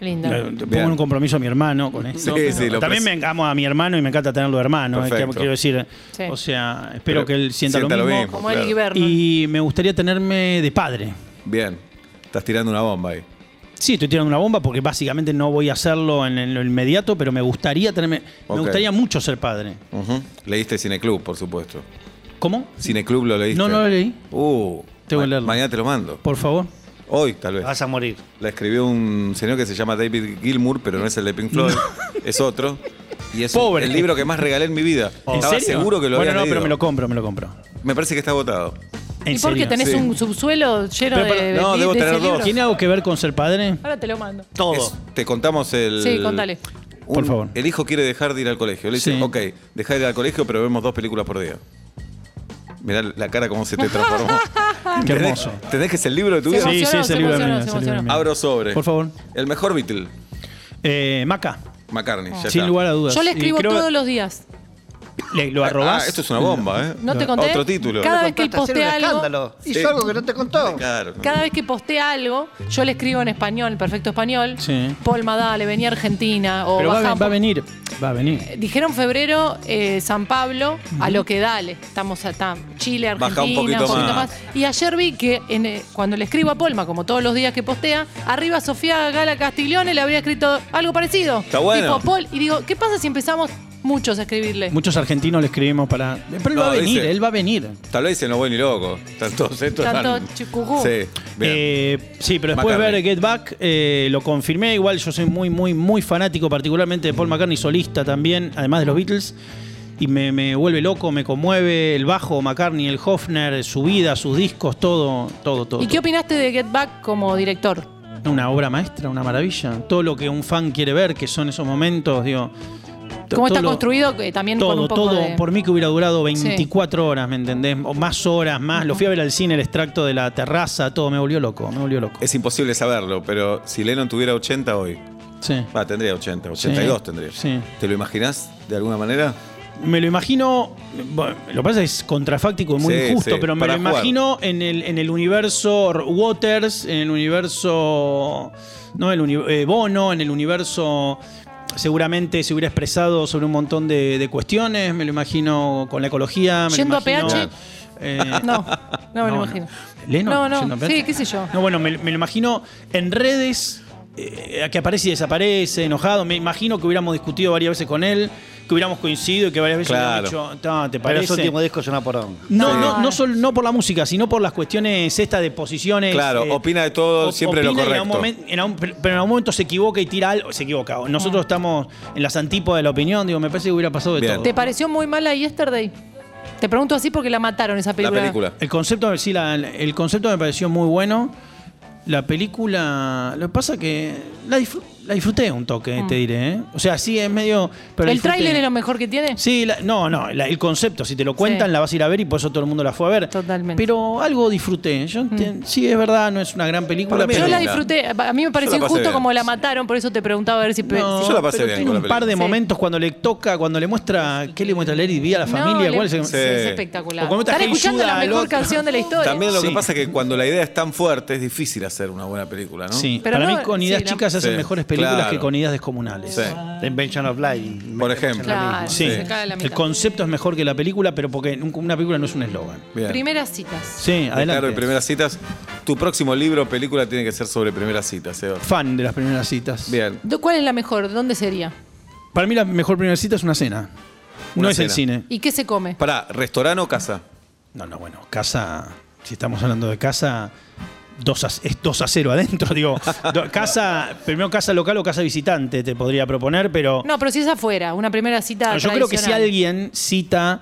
Speaker 4: Lindo.
Speaker 3: Le- le
Speaker 2: Bien.
Speaker 3: Pongo un compromiso a mi hermano con esto.
Speaker 2: Sí,
Speaker 3: pero
Speaker 2: sí, lo
Speaker 3: también
Speaker 2: pres-
Speaker 3: me encamo a mi hermano y me encanta tenerlo de hermano. eh, que
Speaker 2: Perfecto.
Speaker 3: quiero decir,
Speaker 4: Sí.
Speaker 3: o sea, espero
Speaker 2: Pero
Speaker 3: que él sienta,
Speaker 2: sienta
Speaker 3: lo
Speaker 2: lo
Speaker 3: mismo.
Speaker 2: mismo.
Speaker 4: Como él y
Speaker 2: claro.
Speaker 4: Vernon.
Speaker 3: Y me gustaría tenerme de padre.
Speaker 2: Bien, estás tirando una bomba ahí.
Speaker 3: Sí, estoy tirando una bomba porque básicamente no voy a hacerlo en, en lo inmediato, pero me gustaría tenerme.
Speaker 2: Ok.
Speaker 3: Me gustaría mucho ser padre.
Speaker 2: Ujú. Leíste Cineclub, por supuesto.
Speaker 3: ¿Cómo?
Speaker 2: Cineclub lo leíste.
Speaker 3: No, no lo leí.
Speaker 2: Uh,
Speaker 3: Tengo
Speaker 2: ma-
Speaker 3: que leerlo. Ah,
Speaker 2: mañana te lo mando.
Speaker 3: Por favor.
Speaker 2: Hoy, tal vez.
Speaker 5: Vas a morir.
Speaker 2: La escribió un señor que se llama David Gilmour, pero no es el de Pink Floyd, es otro. Y es
Speaker 3: Pobre.
Speaker 2: el libro que más regalé en mi vida.
Speaker 3: ¿En
Speaker 2: Oh, Estaba
Speaker 3: serio?
Speaker 2: seguro que lo
Speaker 3: Bueno,
Speaker 2: habías
Speaker 3: no, pero
Speaker 2: leído.
Speaker 3: me lo compro, me lo compro.
Speaker 2: Me parece que está agotado.
Speaker 3: En
Speaker 4: ¿Y por qué
Speaker 3: serio.
Speaker 4: tenés
Speaker 2: Sí.
Speaker 4: un subsuelo lleno
Speaker 3: Pero, pero,
Speaker 4: de,
Speaker 2: no,
Speaker 4: de-
Speaker 2: debo
Speaker 4: de ese
Speaker 2: tener dos.
Speaker 4: libro?
Speaker 3: ¿Tiene algo que ver con ser padre?
Speaker 4: Ahora te lo mando.
Speaker 5: Todo.
Speaker 2: Es- te contamos el.
Speaker 4: Sí, contale.
Speaker 2: un-
Speaker 3: Por favor.
Speaker 2: El hijo quiere dejar de ir al colegio. Le dice,
Speaker 3: Sí.
Speaker 2: ok, deja de ir al colegio, pero vemos dos películas por día. Mirá la cara como se te transformó.
Speaker 3: Qué
Speaker 2: ¿Tenés-
Speaker 3: hermoso.
Speaker 2: ¿Tenés que es el libro de tu vida?
Speaker 4: Sí. Ah. emocionó,
Speaker 3: ese
Speaker 4: se
Speaker 3: libro
Speaker 4: emocionó,
Speaker 3: mío,
Speaker 4: se
Speaker 3: ese libro
Speaker 4: emocionó.
Speaker 3: mío.
Speaker 2: Abro sobre.
Speaker 3: Por favor.
Speaker 2: El mejor Beatle,
Speaker 3: Eh, Maca,
Speaker 2: McCartney. ya
Speaker 3: sin
Speaker 2: está.
Speaker 3: lugar a dudas.
Speaker 4: Yo le
Speaker 3: Y
Speaker 4: escribo
Speaker 3: creo-
Speaker 4: todos los días.
Speaker 3: le- ¿Lo arrobás?
Speaker 2: Ah, esto es una bomba, ¿eh?
Speaker 4: No te conté.
Speaker 2: Otro título.
Speaker 4: Cada
Speaker 5: No
Speaker 4: vez que él
Speaker 5: contaste, era un
Speaker 4: postea algo-
Speaker 5: escándalo. Hizo
Speaker 2: Sí.
Speaker 5: algo que no te contó.
Speaker 2: Claro.
Speaker 4: Cada vez que postea algo, yo le escribo en español, en perfecto español.
Speaker 3: Sí.
Speaker 4: Polma, dale, vení a Argentina. O
Speaker 3: Pero va, a
Speaker 4: bajá
Speaker 3: ven- va a
Speaker 4: por-
Speaker 3: venir. Va a venir.
Speaker 4: Dijeron febrero, eh, San Pablo, a lo que dale. Estamos a tam- Chile, Argentina,
Speaker 2: Baja un poquito más.
Speaker 4: Y ayer vi que en, eh, cuando le escribo a Polma, como todos los días que postea, arriba Sofía Gala Castiglione le habría escrito algo parecido.
Speaker 2: Está bueno.
Speaker 4: Tipo Pol. Y digo, ¿qué pasa si empezamos muchos a escribirle?
Speaker 3: Muchos argentinos le escribimos para. Pero él
Speaker 2: No,
Speaker 3: va a venir,
Speaker 2: dice-
Speaker 3: él va a venir.
Speaker 2: Tal vez se no voy ni loco. Tanto esto
Speaker 4: Tanto chucujú.
Speaker 2: Sí, bien.
Speaker 3: Eh, sí, pero después
Speaker 2: McCartney.
Speaker 3: ver Get Back, eh, lo confirmé. Igual yo soy muy, muy, muy fanático, particularmente de Paul McCartney, solista también, además de los Beatles. Y me, me vuelve loco, me conmueve el bajo, McCartney, el Hofner, su vida, sus discos, todo, todo, todo.
Speaker 4: ¿Y qué opinaste de Get Back como director?
Speaker 3: Una obra maestra, una maravilla. Todo lo que un fan quiere ver, que son esos momentos, digo. to-
Speaker 4: ¿Cómo está
Speaker 3: todo lo-
Speaker 4: construido? Eh, también con
Speaker 3: Todo,
Speaker 4: un poco
Speaker 3: todo.
Speaker 4: de-
Speaker 3: Por mí que hubiera durado 24 horas, ¿me entendés? O más horas, más. Lo fui a ver al cine, el extracto de la terraza, todo. Me volvió loco, me volvió loco.
Speaker 2: Es imposible saberlo, pero si Lennon tuviera 80 hoy,
Speaker 3: Sí.
Speaker 2: va, tendría 80, 82 tendría.
Speaker 3: sí.
Speaker 2: ¿Te lo imaginás de alguna manera?
Speaker 3: Me lo imagino. bueno, lo que pasa es contrafáctico y muy
Speaker 2: Sí,
Speaker 3: injusto,
Speaker 2: sí,
Speaker 3: pero me
Speaker 2: para
Speaker 3: lo
Speaker 2: jugar.
Speaker 3: imagino en el, en el universo R- Waters, en el universo. No, el uni- eh, Bono, en el universo. Seguramente se hubiera expresado sobre un montón de, de cuestiones. Me lo imagino con la ecología. Me lo
Speaker 4: Yendo a
Speaker 3: imagino,
Speaker 4: PH.
Speaker 3: eh,
Speaker 4: No. No me lo imagino.
Speaker 3: ¿Lennon?
Speaker 4: No, no,
Speaker 3: Sheldon Bennett.
Speaker 4: sí, qué sé yo.
Speaker 3: No, bueno, me, me lo imagino en redes eh, que aparece y desaparece, enojado. Me imagino que hubiéramos discutido varias veces con él, que hubiéramos coincidido y que varias veces
Speaker 2: Claro.
Speaker 3: hubiéramos dicho, "Ta, ¿te
Speaker 5: Pero
Speaker 3: parece?
Speaker 5: su último disco es una porón.
Speaker 3: No,
Speaker 4: Sí.
Speaker 3: no, no, sol- no por la música, sino por las cuestiones estas de posiciones. eh,
Speaker 2: Claro, opina de todo, siempre lo
Speaker 3: opina y en algún
Speaker 2: correcto.
Speaker 3: momen- en algún- pero en algún momento se equivoca y tira algo. Se equivoca. Nosotros
Speaker 4: Mm.
Speaker 3: estamos en las antípodas de la opinión, digo, me parece que hubiera pasado de
Speaker 2: Bien.
Speaker 3: todo.
Speaker 4: ¿Te pareció muy mala Yesterday? Te pregunto así porque la mataron esa
Speaker 2: La
Speaker 4: película.
Speaker 2: película.
Speaker 3: El concepto, sí, la- el concepto me pareció muy bueno. La película, lo que pasa que la, disfr- la disfruté un toque, te diré. ¿eh? O sea, sí, es medio... Pero la
Speaker 4: Mm. ¿El
Speaker 3: disfruté.
Speaker 4: tráiler es lo mejor que tiene?
Speaker 3: Sí, la- no, no, la- el concepto, si te lo cuentan
Speaker 4: Sí.
Speaker 3: la vas a ir a ver y por eso todo el mundo la fue a ver.
Speaker 4: Totalmente. Mm.
Speaker 3: Pero algo disfruté. Yo enten- Sí, es verdad, no es una gran película.
Speaker 2: Para mí
Speaker 4: Yo
Speaker 2: es
Speaker 4: la
Speaker 2: linda.
Speaker 4: disfruté. A mí me pareció
Speaker 2: la pasé
Speaker 4: injusto
Speaker 2: bien.
Speaker 4: como la mataron, por eso te preguntaba a ver si... pe-
Speaker 3: No,
Speaker 4: si-
Speaker 2: Yo la pasé
Speaker 3: pero
Speaker 2: bien
Speaker 3: tiene
Speaker 2: con la
Speaker 3: un par de
Speaker 4: película. Sí.
Speaker 3: momentos cuando le toca, cuando le muestra, ¿qué le muestra a Lady a la familia?
Speaker 4: No,
Speaker 3: ¿Cuál es
Speaker 4: le-
Speaker 3: el-
Speaker 4: sí,
Speaker 2: Sí.
Speaker 4: es espectacular.
Speaker 3: O como esta
Speaker 4: Están
Speaker 3: Hey
Speaker 4: escuchando
Speaker 3: Jude
Speaker 4: la
Speaker 3: al
Speaker 4: mejor
Speaker 3: otro.
Speaker 4: canción de la historia.
Speaker 2: También lo que
Speaker 3: Sí.
Speaker 2: pasa es que cuando la idea es tan fuerte es difícil hacer una buena película, ¿no?
Speaker 3: Sí,
Speaker 4: Pero
Speaker 3: para
Speaker 4: no-
Speaker 3: mí con ideas
Speaker 4: sí, la-
Speaker 3: chicas se hacen
Speaker 2: Sí,
Speaker 3: mejores películas
Speaker 2: claro.
Speaker 3: que con ideas descomunales.
Speaker 2: Sí.
Speaker 5: The Invention of Light.
Speaker 2: Por ejemplo.
Speaker 4: Claro,
Speaker 3: Sí.
Speaker 4: se cae a la
Speaker 3: El
Speaker 4: mitad.
Speaker 3: concepto es mejor que la película, pero porque nunca- una película no es un eslogan.
Speaker 2: Bien.
Speaker 4: Primeras citas.
Speaker 3: Sí,
Speaker 2: De Caro
Speaker 3: adelante.
Speaker 2: y primeras citas. Tu próximo libro o película tiene que ser sobre primeras citas, Seba.
Speaker 3: Fan de las primeras citas.
Speaker 2: Bien.
Speaker 4: Do- ¿Cuál es la mejor? ¿Dónde sería?
Speaker 3: Para mí la mejor primera cita es una cena.
Speaker 2: Una
Speaker 3: no es el
Speaker 2: cena.
Speaker 3: cine.
Speaker 4: ¿Y qué se come?
Speaker 2: Pará, ¿restaurante o casa?
Speaker 3: No, no, bueno, casa, si estamos hablando de casa, dos a- es 2 a 0 adentro, digo. do- casa, primero casa local o casa visitante te podría proponer, pero...
Speaker 4: No, pero si es afuera, una primera cita
Speaker 3: No, yo creo que si
Speaker 4: tradicional.
Speaker 3: alguien cita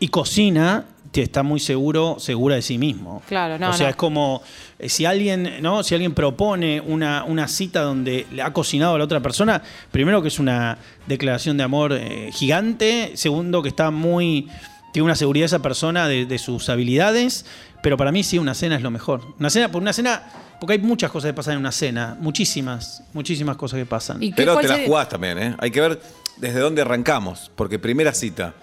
Speaker 3: y cocina, te está muy seguro, segura de sí mismo.
Speaker 4: Claro, no,
Speaker 3: O sea,
Speaker 4: no.
Speaker 3: es como eh, si alguien, ¿no? Si alguien propone una, una cita donde le ha cocinado a la otra persona, primero que es una declaración de amor eh, gigante, segundo que está muy. Tiene una seguridad esa persona de, de sus habilidades, pero para mí sí, una cena es lo mejor. Una cena, por una cena, porque hay muchas cosas que pasan en una cena, muchísimas, muchísimas cosas que pasan.
Speaker 4: ¿Y qué-
Speaker 2: Pero
Speaker 4: cuál
Speaker 2: te la
Speaker 4: sería?
Speaker 2: jugás también, ¿eh? Hay que ver desde dónde arrancamos, porque primera cita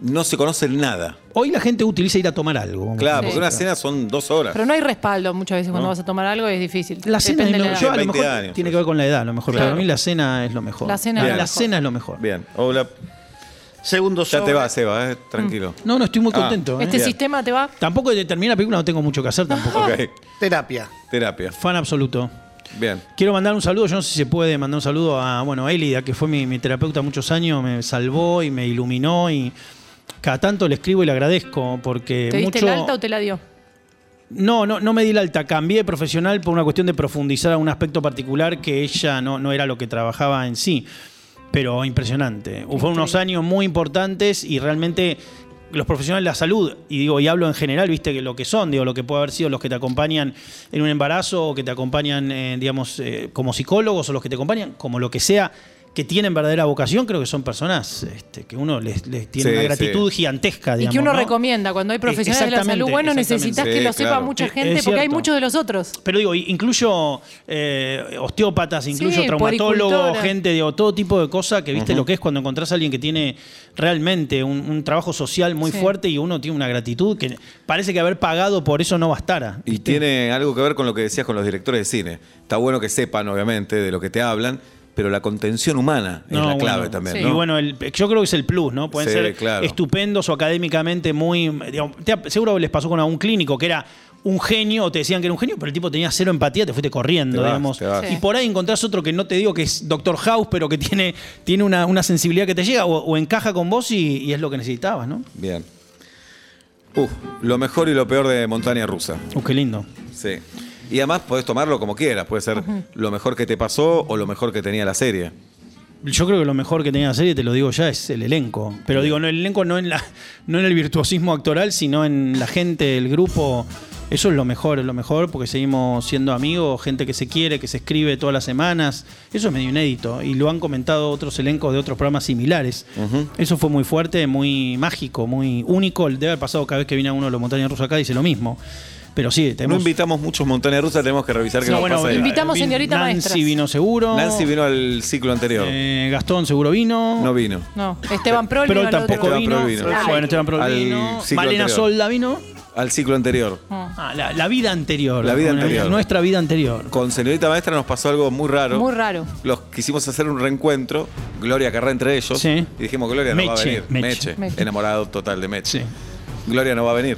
Speaker 2: no se conoce nada.
Speaker 3: Hoy la gente utiliza ir a tomar algo.
Speaker 2: Claro,
Speaker 4: Sí.
Speaker 2: porque una cena son dos horas.
Speaker 4: Pero no hay respaldo muchas veces cuando
Speaker 2: No.
Speaker 4: vas a tomar algo y es difícil.
Speaker 3: La cena
Speaker 4: Depende
Speaker 3: es
Speaker 4: de
Speaker 3: lo
Speaker 4: la
Speaker 3: mejor.
Speaker 4: edad.
Speaker 3: Yo a lo
Speaker 2: 20
Speaker 3: mejor
Speaker 2: años,
Speaker 3: tiene que
Speaker 2: pues.
Speaker 3: ver con la edad, a lo mejor.
Speaker 4: Claro.
Speaker 3: Para mí la cena es lo mejor.
Speaker 4: La cena
Speaker 2: es lo
Speaker 3: la
Speaker 4: mejor.
Speaker 3: cena es lo mejor.
Speaker 2: Bien. O la-
Speaker 5: Segundo
Speaker 2: Ya
Speaker 5: sobre.
Speaker 2: te vas, Seba, ¿eh? Tranquilo.
Speaker 3: No, no, estoy muy
Speaker 2: Ah.
Speaker 3: contento. ¿eh?
Speaker 4: Este
Speaker 2: Bien.
Speaker 4: sistema te va.
Speaker 3: Tampoco de terminar la película no tengo mucho que hacer tampoco.
Speaker 2: Ok.
Speaker 5: Terapia.
Speaker 2: Terapia.
Speaker 3: Fan absoluto.
Speaker 2: Bien.
Speaker 3: Quiero mandar un saludo, yo no sé si se puede mandar un saludo a, bueno, a Elida, que fue mi, mi terapeuta muchos años, me salvó y me iluminó y cada tanto le escribo y le agradezco porque
Speaker 4: ¿Te diste
Speaker 3: mucho...
Speaker 4: el alta o te la dio?
Speaker 3: No, no, no me di la alta. Cambié de profesional por una cuestión de profundizar a un aspecto particular que ella no, no era lo que trabajaba en sí. Pero impresionante. Fueron unos años muy importantes y realmente los profesionales de la salud, y digo, y hablo en general, viste, que lo que son, digo, lo que puede haber sido los que te acompañan en un embarazo o que te acompañan, eh, digamos, eh, como psicólogos o los que te acompañan, como lo que sea, que tienen verdadera vocación, creo que son personas este, que uno les, les tiene
Speaker 2: Sí,
Speaker 3: una
Speaker 2: sí.
Speaker 3: gigantesca gigantesca,
Speaker 4: Y
Speaker 3: digamos.
Speaker 4: que uno
Speaker 3: ¿no?
Speaker 4: recomienda. Cuando hay profesionales de la salud,
Speaker 3: exactamente,
Speaker 4: bueno,
Speaker 3: exactamente.
Speaker 4: necesitas que
Speaker 2: Sí,
Speaker 4: lo sepa
Speaker 2: claro.
Speaker 4: mucha
Speaker 3: Es-
Speaker 4: gente
Speaker 3: es
Speaker 4: porque hay
Speaker 3: cierto.
Speaker 4: muchos de los otros.
Speaker 3: Pero digo, incluyo eh, osteópatas, incluyo
Speaker 4: Sí,
Speaker 3: traumatólogos,
Speaker 4: puericultores.
Speaker 3: gente, digo, todo tipo de cosas que viste lo que es cuando encontrás a alguien que tiene realmente un, un trabajo social muy
Speaker 4: Sí.
Speaker 3: fuerte y uno tiene una gratitud que parece que haber pagado por eso no bastara.
Speaker 2: Y tiene algo que ver con lo que decías con los directores de cine. Está bueno que sepan, obviamente, de lo que te hablan, pero la contención humana es
Speaker 3: No,
Speaker 2: la clave
Speaker 3: bueno,
Speaker 2: también,
Speaker 4: sí.
Speaker 2: ¿no?
Speaker 3: Y bueno, el- yo creo que es el plus, ¿no? Pueden
Speaker 2: Sí,
Speaker 3: ser
Speaker 2: claro.
Speaker 3: estupendos o académicamente muy. digamos, te- seguro les pasó con algún clínico que era un genio, o te decían que era un genio, pero el tipo tenía cero empatía, te fuiste corriendo,
Speaker 2: Te vas,
Speaker 3: digamos.
Speaker 2: te vas.
Speaker 4: Sí.
Speaker 3: Y por ahí encontrás otro que no te digo que es Doctor House, pero que tiene, tiene una, una sensibilidad que te llega o, o encaja con vos y, y es lo que necesitabas, ¿no?
Speaker 2: Bien. Uf, lo mejor y lo peor de montaña rusa.
Speaker 3: Uh, qué lindo.
Speaker 2: Sí. Y además podés tomarlo como quieras. Puede ser lo mejor que te pasó o lo mejor que tenía la serie.
Speaker 3: Yo creo que lo mejor que tenía la serie, te lo digo ya, es el elenco. Pero digo, no el elenco no en la, no en el virtuosismo actoral, sino en la gente, el grupo. Eso es lo mejor, es lo mejor, porque seguimos siendo amigos, gente que se quiere, que se escribe todas las semanas. Eso es medio inédito. Y lo han comentado otros elencos de otros programas similares. Eso fue muy fuerte, muy mágico, muy único. Debe haber pasado cada vez que viene uno de los montañas rusas acá, dice lo mismo. Pero sí,
Speaker 2: No
Speaker 3: tenemos.
Speaker 2: invitamos muchos montañas rusas, tenemos que revisar qué
Speaker 3: No,
Speaker 2: nos
Speaker 3: bueno,
Speaker 2: pasa. ahí.
Speaker 4: invita- Invitamos
Speaker 3: vin-
Speaker 4: señorita
Speaker 3: Nancy
Speaker 4: maestras.
Speaker 3: vino seguro.
Speaker 2: Nancy vino al ciclo anterior.
Speaker 3: Eh, Gastón seguro vino.
Speaker 2: no vino.
Speaker 4: No, Esteban Prol
Speaker 3: Pero
Speaker 4: vino al
Speaker 3: tampoco
Speaker 4: otro.
Speaker 2: Esteban
Speaker 3: vino.
Speaker 2: Prol vino.
Speaker 3: Bueno,
Speaker 4: Ay.
Speaker 3: Esteban Prol
Speaker 2: Al
Speaker 3: vino.
Speaker 2: ciclo
Speaker 3: Malena
Speaker 2: anterior.
Speaker 3: Solda vino.
Speaker 2: Al ciclo anterior.
Speaker 3: Ah, la, la vida anterior.
Speaker 2: La vida
Speaker 3: Bueno,
Speaker 2: anterior.
Speaker 3: Nuestra vida anterior.
Speaker 2: Con señorita maestra nos pasó algo muy raro.
Speaker 4: Muy raro.
Speaker 2: Los quisimos hacer un reencuentro, Gloria Carrá entre ellos.
Speaker 3: Sí.
Speaker 2: Y dijimos, Gloria no va a
Speaker 3: Meche,
Speaker 2: venir.
Speaker 3: Meche.
Speaker 2: Meche,
Speaker 4: Meche.
Speaker 2: enamorado total de Meche.
Speaker 3: Sí.
Speaker 2: Gloria no va a venir.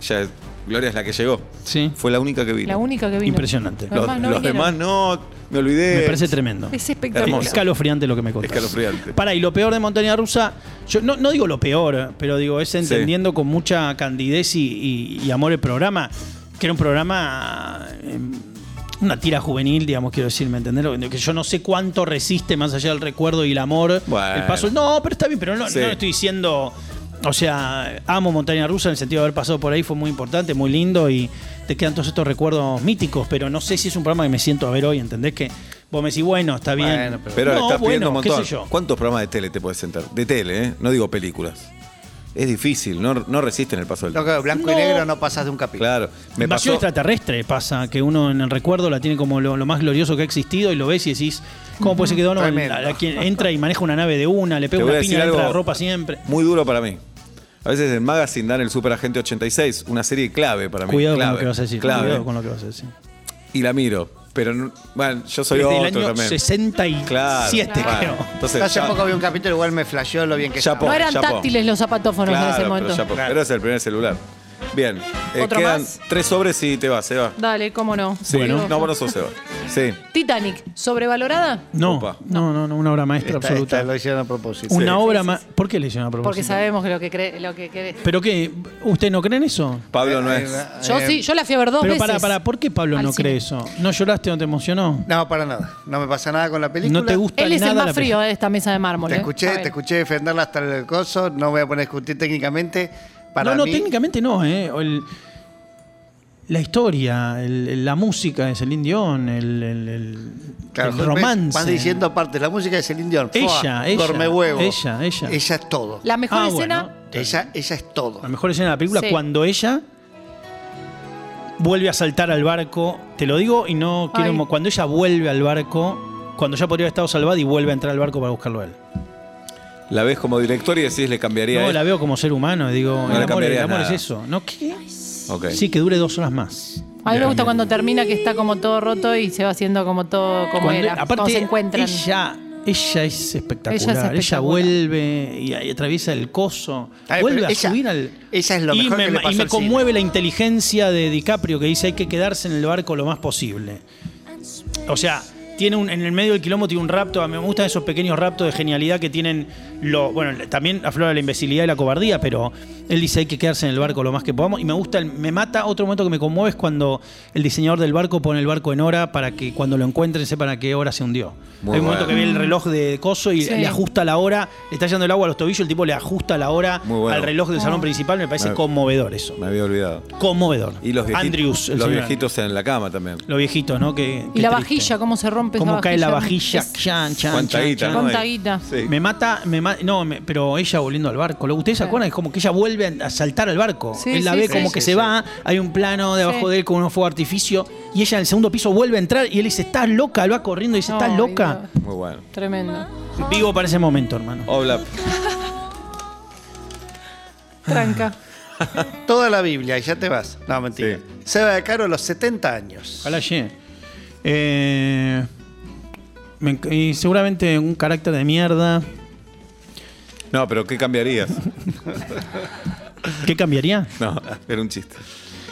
Speaker 2: Ya Gloria es la que llegó.
Speaker 3: Sí.
Speaker 2: Fue la única que vino.
Speaker 4: la única que vino.
Speaker 3: Impresionante.
Speaker 2: Los,
Speaker 4: Los demás no
Speaker 2: los
Speaker 4: vinieron.
Speaker 2: demás no, me olvidé.
Speaker 3: Me parece tremendo.
Speaker 4: Es espectacular.
Speaker 2: Hermoso.
Speaker 3: Escalofriante lo que me contás.
Speaker 2: Escalofriante.
Speaker 3: Pará, y lo peor de Montaña Rusa, yo no, no digo lo peor, pero digo, es entendiendo con mucha candidez y, y- y amor el programa, que era un programa, eh, una tira juvenil, digamos, quiero decir, ¿me entendés? Lo que- Que yo no sé cuánto resiste más allá del recuerdo y el amor,
Speaker 2: Bueno.
Speaker 3: el paso. No, pero está bien, pero no,
Speaker 2: Sí.
Speaker 3: no estoy diciendo... O sea, amo Montaña Rusa en el sentido de haber pasado por ahí, fue muy importante, muy lindo y te quedan todos estos recuerdos míticos, pero no sé si es un programa que me siento a ver hoy, ¿entendés? Que vos me decís, bueno, está bien.
Speaker 5: Bueno, pero-
Speaker 2: Pero
Speaker 3: no,
Speaker 2: le estás pidiendo
Speaker 3: bueno,
Speaker 2: un montón.
Speaker 3: qué sé yo.
Speaker 2: ¿Cuántos programas de tele te puedes sentar? De tele, ¿eh? No digo películas. Es difícil, no, no resisten el paso del
Speaker 5: No,
Speaker 2: tiempo.
Speaker 5: claro, blanco
Speaker 3: No.
Speaker 5: y negro no pasas de un capítulo.
Speaker 2: Claro. Me pasó,
Speaker 3: Vacío extraterrestre pasa, que uno en el recuerdo la tiene como lo, lo más glorioso que ha existido y lo ves y decís, ¿cómo puede ser que Donovan
Speaker 5: Tremendo.
Speaker 3: la- la quien entra y maneja una nave de una, le
Speaker 2: Te
Speaker 3: pega
Speaker 2: voy a
Speaker 3: una
Speaker 2: decir
Speaker 3: piña dentro de la
Speaker 2: algo
Speaker 3: ropa siempre?
Speaker 2: Muy duro para mí. A veces en Magazine dan el Super Agente 86, una serie clave para mí.
Speaker 3: Cuidado con
Speaker 2: clave,
Speaker 3: lo que vas a decir.
Speaker 2: clave.
Speaker 3: Cuidado con lo que vas a decir.
Speaker 2: Y la miro. Pero, no- bueno, yo soy
Speaker 3: Desde el
Speaker 2: otro
Speaker 3: año
Speaker 2: también.
Speaker 3: 67,
Speaker 2: Claro. bueno,
Speaker 3: creo.
Speaker 2: Entonces,
Speaker 5: Hace
Speaker 2: ya-
Speaker 5: poco vi un capítulo, igual me flasheó lo bien que
Speaker 2: Ya
Speaker 5: estaba.
Speaker 2: po-
Speaker 4: No eran
Speaker 2: ya po.
Speaker 4: táctiles los zapatófonos
Speaker 2: claro,
Speaker 4: en ese
Speaker 2: pero
Speaker 4: momento.
Speaker 2: ya po-
Speaker 5: Claro.
Speaker 2: pero es el primer celular. Bien. eh,
Speaker 4: ¿Otro
Speaker 2: quedan
Speaker 4: más?
Speaker 2: tres sobres y te vas, Seba.
Speaker 4: Dale, cómo no.
Speaker 2: Sí.
Speaker 4: Digo,
Speaker 2: No, vos no sos Seba. Sí.
Speaker 4: Titanic, ¿sobrevalorada?
Speaker 3: No,
Speaker 2: Opa.
Speaker 3: no, no, no, una obra maestra
Speaker 5: Esta-
Speaker 3: absoluta.
Speaker 5: esta lo hicieron a propósito.
Speaker 3: una
Speaker 2: Sí.
Speaker 3: obra más. ¿Por qué le hicieron a propósito?
Speaker 4: Porque sabemos que lo que cree, lo que querés.
Speaker 3: ¿Pero qué? ¿Usted no cree en eso?
Speaker 2: Pablo no
Speaker 5: Eh,
Speaker 2: es.
Speaker 5: eh,
Speaker 4: Yo sí, yo la fui a ver dos
Speaker 3: Pero
Speaker 4: veces.
Speaker 3: para, para, ¿por qué Pablo
Speaker 4: Al
Speaker 3: no
Speaker 4: cine.
Speaker 3: cree eso? ¿No lloraste o no te emocionó?
Speaker 5: No, para nada. No me pasa nada con la película.
Speaker 3: No te gusta
Speaker 4: Él es
Speaker 3: nada
Speaker 4: el
Speaker 3: la
Speaker 4: más
Speaker 3: película.
Speaker 4: frío de esta mesa de mármol.
Speaker 5: Te
Speaker 4: ¿eh?
Speaker 5: escuché,
Speaker 4: Está bien.
Speaker 5: te escuché defenderla hasta el coso. No voy a poner a discutir técnicamente. Para
Speaker 3: no, no,
Speaker 5: mí,
Speaker 3: técnicamente no, ¿eh? O el- la historia, el- el- la música de Celine Dion, el, el- el-
Speaker 5: claro,
Speaker 3: el
Speaker 5: ves,
Speaker 3: romance.
Speaker 5: Van diciendo aparte, la música es el indio.
Speaker 3: Ella, ella,
Speaker 5: Dorme huevo.
Speaker 3: ella, ella.
Speaker 5: Ella es todo.
Speaker 4: La mejor
Speaker 3: Ah,
Speaker 4: escena.
Speaker 3: bueno.
Speaker 5: Ella, ella es todo.
Speaker 3: La mejor escena de la película,
Speaker 4: Sí.
Speaker 3: cuando ella vuelve a saltar al barco, te lo digo y no quiero...
Speaker 4: Ay.
Speaker 3: mo- Cuando ella vuelve al barco, cuando ya podría haber estado salvada y vuelve a entrar al barco para buscarlo a él.
Speaker 2: La ves como director y decís, le cambiaría.
Speaker 3: No,
Speaker 2: esto.
Speaker 3: la veo como ser humano, y digo,
Speaker 2: le
Speaker 3: el amor, el
Speaker 2: cambiarías
Speaker 3: amor es
Speaker 2: nada.
Speaker 3: eso. ¿No qué?
Speaker 2: Ok.
Speaker 3: Sí, que dure dos horas más.
Speaker 4: A mí me
Speaker 2: Bien.
Speaker 4: gusta cuando termina que está como todo roto y se va haciendo como todo como
Speaker 3: Cuando-
Speaker 4: era. cuando se encuentran.
Speaker 3: Ella, ella es espectacular. Ella,
Speaker 4: espectacular.
Speaker 3: vuelve y, ahí atraviesa el coso.
Speaker 5: Ay,
Speaker 3: vuelve
Speaker 5: pero
Speaker 3: a
Speaker 5: ella-
Speaker 3: subir al.
Speaker 5: ella es lo
Speaker 3: y
Speaker 5: mejor
Speaker 3: me,
Speaker 5: que le pasó
Speaker 3: y me
Speaker 5: al
Speaker 3: conmueve la inteligencia de DiCaprio que dice hay que quedarse en el barco lo más posible. O sea, tiene un, en el medio del quilombo tiene un rapto. A mí me gustan esos pequeños raptos de genialidad que tienen. Lo, bueno, también aflora la imbecilidad y la cobardía, pero él dice hay que quedarse en el barco lo más que podamos. Y me gusta, el- me mata. Otro momento que me conmueve es cuando el diseñador del barco pone el barco en hora para que cuando lo encuentren sepan a qué hora se hundió.
Speaker 2: Muy
Speaker 3: Hay un
Speaker 2: bueno.
Speaker 3: momento que ve el reloj de coso y
Speaker 4: Sí.
Speaker 3: le ajusta la hora. Le está yendo el agua a los tobillos, el tipo le ajusta la hora
Speaker 2: Muy bueno.
Speaker 3: al reloj del
Speaker 4: Ah.
Speaker 3: salón principal. Me parece
Speaker 2: Me-
Speaker 3: conmovedor eso.
Speaker 2: Me había olvidado.
Speaker 3: Conmovedor.
Speaker 2: Y los viejitos.
Speaker 3: Andrews, el
Speaker 2: los
Speaker 3: señor.
Speaker 2: viejitos en la cama también.
Speaker 3: Los viejitos, ¿no? Que,
Speaker 4: y
Speaker 3: que triste.
Speaker 4: la vajilla, cómo se rompe
Speaker 3: Cómo
Speaker 4: esa
Speaker 3: cae la
Speaker 4: Pues vajilla.
Speaker 3: vajilla. Chan, chan,
Speaker 2: Cuánta
Speaker 3: chan,
Speaker 2: guita,
Speaker 3: chan.
Speaker 2: ¿no?
Speaker 4: Cuánta
Speaker 2: Ahí.
Speaker 4: guita.
Speaker 2: Sí.
Speaker 3: Me mata, me ma- no, me- pero ella volviendo al barco. Lo- ¿Ustedes se
Speaker 4: Sí.
Speaker 3: acuerdan? Es como que ella vuelve a saltar al barco.
Speaker 4: Sí,
Speaker 3: él la
Speaker 4: sí,
Speaker 3: ve
Speaker 4: sí,
Speaker 3: como
Speaker 4: sí,
Speaker 3: que
Speaker 5: sí,
Speaker 3: se
Speaker 5: sí.
Speaker 3: va, hay un plano debajo
Speaker 4: Sí.
Speaker 3: de él con un fuego de artificio y ella en el segundo piso vuelve a entrar y él dice, estás loca, él va corriendo y dice, estás
Speaker 4: No,
Speaker 3: loca.
Speaker 4: Dios,
Speaker 2: Muy bueno.
Speaker 4: Tremendo.
Speaker 3: Vivo para ese momento, hermano.
Speaker 2: Hola.
Speaker 4: Tranca.
Speaker 3: Ah.
Speaker 5: Toda la Biblia y ya te vas. No, mentira.
Speaker 2: Sí.
Speaker 5: Seba de Caro a los 70 años.
Speaker 3: Ojalá llegue. Eh, me enc- y seguramente un carácter de mierda.
Speaker 2: No, pero ¿qué cambiarías?
Speaker 3: ¿Qué cambiaría?
Speaker 2: No, era un chiste.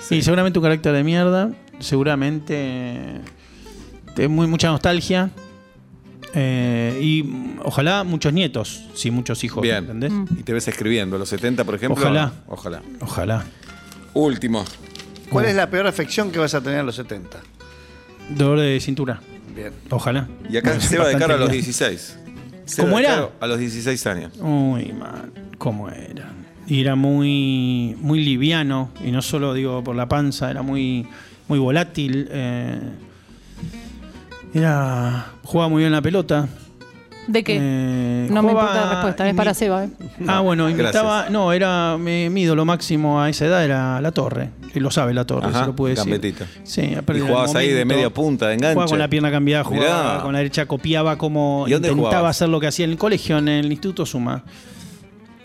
Speaker 3: Sí, seguramente un carácter de mierda. Seguramente. eh, te- muy, mucha nostalgia. eh, y mm, ojalá muchos nietos, sí, muchos hijos.
Speaker 2: Bien.
Speaker 3: ¿Entendés?
Speaker 4: Mm.
Speaker 2: Y te ves escribiendo, los 70, por ejemplo.
Speaker 3: Ojalá.
Speaker 2: Ojalá.
Speaker 3: Ojalá.
Speaker 2: Último. Mm.
Speaker 5: ¿Cuál es la peor afección que vas a tener a los 70?
Speaker 3: Dolor de cintura.
Speaker 5: Bien.
Speaker 3: Ojalá.
Speaker 2: Y acá
Speaker 3: Bueno,
Speaker 2: Seba de
Speaker 3: bastante
Speaker 2: Caro a los
Speaker 3: bien.
Speaker 2: 16.
Speaker 3: ¿Cómo
Speaker 2: de
Speaker 3: era?
Speaker 2: Caro A los 16 años.
Speaker 3: Uy, man, cómo era. Y era muy, muy liviano, y no solo digo por la panza, era muy, muy volátil. eh, era. jugaba muy bien la pelota.
Speaker 4: ¿De qué?
Speaker 3: eh,
Speaker 4: no
Speaker 3: jugaba-
Speaker 4: me importa la respuesta, es para
Speaker 3: imi-
Speaker 4: Seba. ¿eh?
Speaker 3: Ah, bueno,
Speaker 2: Gracias.
Speaker 3: invitaba. No, era mi, mi ídolo máximo a esa edad era La Torre. Y lo sabe La Torre,
Speaker 2: Ajá,
Speaker 3: se lo pude decir.
Speaker 2: gambetita.
Speaker 3: Sí, aparte
Speaker 2: Y
Speaker 3: era
Speaker 2: jugabas
Speaker 3: el
Speaker 2: ahí de
Speaker 3: momento.
Speaker 2: media punta, de enganche.
Speaker 3: Jugaba con la pierna cambiada, jugaba
Speaker 2: Mirá.
Speaker 3: con la derecha, copiaba como
Speaker 2: ¿Y dónde
Speaker 3: intentaba
Speaker 2: jugabas?
Speaker 3: hacer lo que hacía en el colegio, en el Instituto Suma.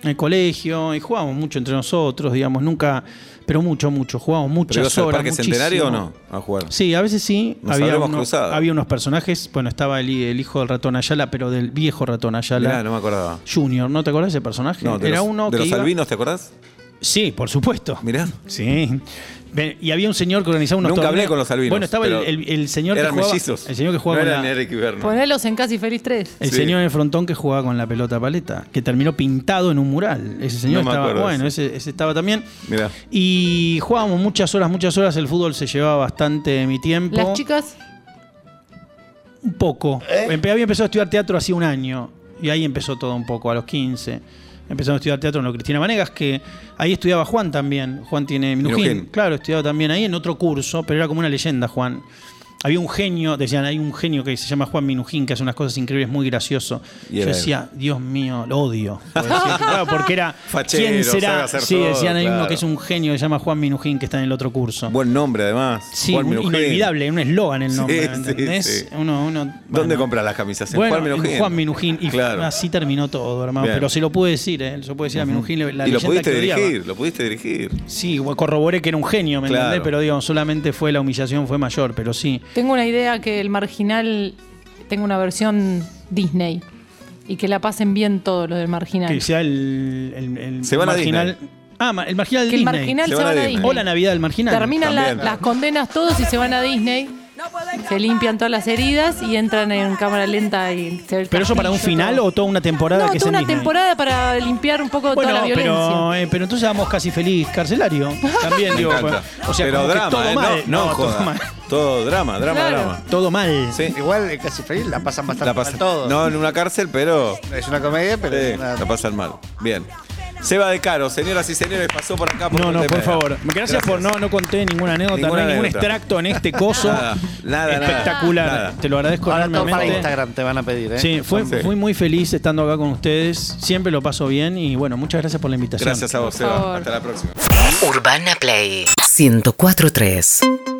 Speaker 3: En el colegio, y jugábamos mucho entre nosotros, digamos, nunca, pero mucho, mucho, jugábamos
Speaker 2: ¿Pero
Speaker 3: muchas
Speaker 2: ibas al
Speaker 3: horas.
Speaker 2: Parque Centenario o
Speaker 3: muchísimo.
Speaker 2: no? A jugar.
Speaker 3: Sí, a veces sí.
Speaker 2: Nos
Speaker 3: había,
Speaker 2: habremos
Speaker 3: uno-
Speaker 2: cruzado.
Speaker 3: había unos personajes, bueno, estaba el, el hijo del ratón Ayala, pero del viejo ratón Ayala.
Speaker 2: Mirá, no me acordaba.
Speaker 3: Junior, ¿no te acordás de ese personaje?
Speaker 2: No, de
Speaker 3: Era
Speaker 2: los,
Speaker 3: uno
Speaker 2: de
Speaker 3: que
Speaker 2: los
Speaker 3: iba-
Speaker 2: albinos, ¿te acordás?
Speaker 3: Sí, por supuesto.
Speaker 2: Mirá.
Speaker 3: Sí. Ve- Y había un señor que organizaba unos
Speaker 2: Nunca hablé
Speaker 3: torneos.
Speaker 2: con los albinos,
Speaker 3: Bueno, estaba el,
Speaker 2: pero
Speaker 3: el- el señor que
Speaker 2: eran
Speaker 3: jugaba.
Speaker 2: mellizos.
Speaker 3: El señor que jugaba
Speaker 2: no
Speaker 3: con
Speaker 2: eran
Speaker 3: la-
Speaker 2: Eric y Berna.
Speaker 4: Ponelos en Casi Feliz 3.
Speaker 3: El
Speaker 2: Sí.
Speaker 3: señor en el frontón que jugaba con la pelota paleta, que terminó pintado en un mural. Ese señor
Speaker 2: No me
Speaker 3: estaba,
Speaker 2: acuerdo
Speaker 3: bueno,
Speaker 2: de
Speaker 3: ese, ese estaba también.
Speaker 2: Mirá.
Speaker 3: Y jugábamos muchas horas, muchas horas. El fútbol se llevaba bastante de mi tiempo.
Speaker 4: Las chicas,
Speaker 3: Un poco. Empe- Había empezado a estudiar teatro hace un año. Y ahí empezó todo un poco, a los 15. Empezamos a estudiar teatro en lo Cristina Manegas, que ahí estudiaba Juan también. Juan tiene Minujín.
Speaker 2: Minujín.
Speaker 3: Claro, estudiaba también ahí en otro curso, pero era como una leyenda, Juan. Había un genio, decían, hay un genio que se llama Juan Minujín, que hace unas cosas increíbles, muy gracioso.
Speaker 2: Y
Speaker 3: Yo
Speaker 2: era él.
Speaker 3: decía, Dios mío, lo odio. Porque decía, claro, porque era.
Speaker 2: Fachero,
Speaker 3: ¿Quién
Speaker 2: sabe
Speaker 3: será?
Speaker 2: hacer
Speaker 3: Sí,
Speaker 2: todo,
Speaker 3: decían, hay uno
Speaker 2: claro.
Speaker 3: que es un genio, que se llama Juan Minujín, que está en el otro curso.
Speaker 2: Buen nombre, además.
Speaker 3: Sí,
Speaker 2: Juan
Speaker 3: un-
Speaker 2: Minujín.
Speaker 3: inolvidable, un eslogan el nombre,
Speaker 2: Sí,
Speaker 3: ¿me
Speaker 2: sí,
Speaker 3: ¿entendés?
Speaker 2: sí.
Speaker 3: Uno, uno,
Speaker 2: ¿Dónde
Speaker 3: bueno.
Speaker 2: compras las camisas? En
Speaker 3: Bueno,
Speaker 2: Juan Minujín.
Speaker 3: Juan Minujín. Y
Speaker 2: claro.
Speaker 3: así terminó todo, hermano.
Speaker 2: Bien.
Speaker 3: Pero se lo pude decir, ¿eh? Se lo pude decir a Minujín. La
Speaker 2: y lo
Speaker 3: leyenda
Speaker 2: pudiste
Speaker 3: que odiaba.
Speaker 2: dirigir, lo pudiste dirigir.
Speaker 3: Sí, bueno, corroboré que era un genio, ¿me
Speaker 2: Claro.
Speaker 3: entendés? Pero digo, solamente fue la humillación, fue mayor, pero sí.
Speaker 4: tengo una idea que el marginal tenga una versión Disney y que la pasen bien todo lo del marginal.
Speaker 3: Que sea el, el- el
Speaker 2: Se van a
Speaker 3: marginal.
Speaker 2: Disney.
Speaker 3: Ah, ma- el marginal de
Speaker 4: Que el
Speaker 3: Disney.
Speaker 4: marginal
Speaker 2: Se
Speaker 4: se,
Speaker 2: van a
Speaker 4: van a
Speaker 2: Disney.
Speaker 4: Disney.
Speaker 3: O la Navidad del marginal.
Speaker 4: Terminan la-
Speaker 2: También.
Speaker 4: las condenas todos y se van a Disney. Se limpian todas las heridas y entran en cámara lenta y se ve el
Speaker 3: ¿Pero eso para un
Speaker 4: castillo,
Speaker 3: final
Speaker 4: todo.
Speaker 3: o toda una temporada
Speaker 4: no,
Speaker 3: que
Speaker 4: toda
Speaker 3: es en
Speaker 4: una
Speaker 3: Disney?
Speaker 4: temporada para limpiar un poco
Speaker 3: Bueno,
Speaker 4: toda la violencia.
Speaker 3: pero, eh, pero entonces vamos casi feliz carcelario. También,
Speaker 2: Me
Speaker 3: digo. pues,
Speaker 2: encanta.
Speaker 3: O sea,
Speaker 2: Pero
Speaker 3: como que
Speaker 2: drama,
Speaker 3: todo
Speaker 2: ¿eh?
Speaker 3: mal.
Speaker 2: No, no,
Speaker 3: todo
Speaker 2: joda.
Speaker 3: mal.
Speaker 2: Todo drama, drama,
Speaker 4: Claro.
Speaker 2: drama.
Speaker 3: Todo mal.
Speaker 2: Sí.
Speaker 5: Igual eh, casi feliz la pasan bastante
Speaker 2: La pasa-
Speaker 5: mal todos.
Speaker 2: No en una cárcel, pero
Speaker 5: No es una comedia, pero
Speaker 2: eh,
Speaker 5: es una-
Speaker 2: la pasan mal. Bien. Seba de Caro, señoras y señores, pasó por acá.
Speaker 3: No, no,
Speaker 2: Montevideo.
Speaker 3: por favor. Gracias, por no, no conté ninguna anécdota,
Speaker 2: Ninguna
Speaker 3: no hay ningún
Speaker 2: anécdota.
Speaker 3: extracto en este coso
Speaker 2: Nada, nada, nada,
Speaker 3: espectacular.
Speaker 2: nada.
Speaker 3: Te lo agradezco
Speaker 5: Ahora todo para
Speaker 3: enormemente.
Speaker 5: Instagram te van a pedir, ¿eh?
Speaker 3: Sí, fue,
Speaker 2: Sí.
Speaker 3: fui muy feliz estando acá con ustedes. Siempre lo paso bien y bueno, muchas gracias por la invitación.
Speaker 2: Gracias a vos, Seba.
Speaker 4: favor.
Speaker 2: Hasta la próxima.
Speaker 1: Urbana Play 1043.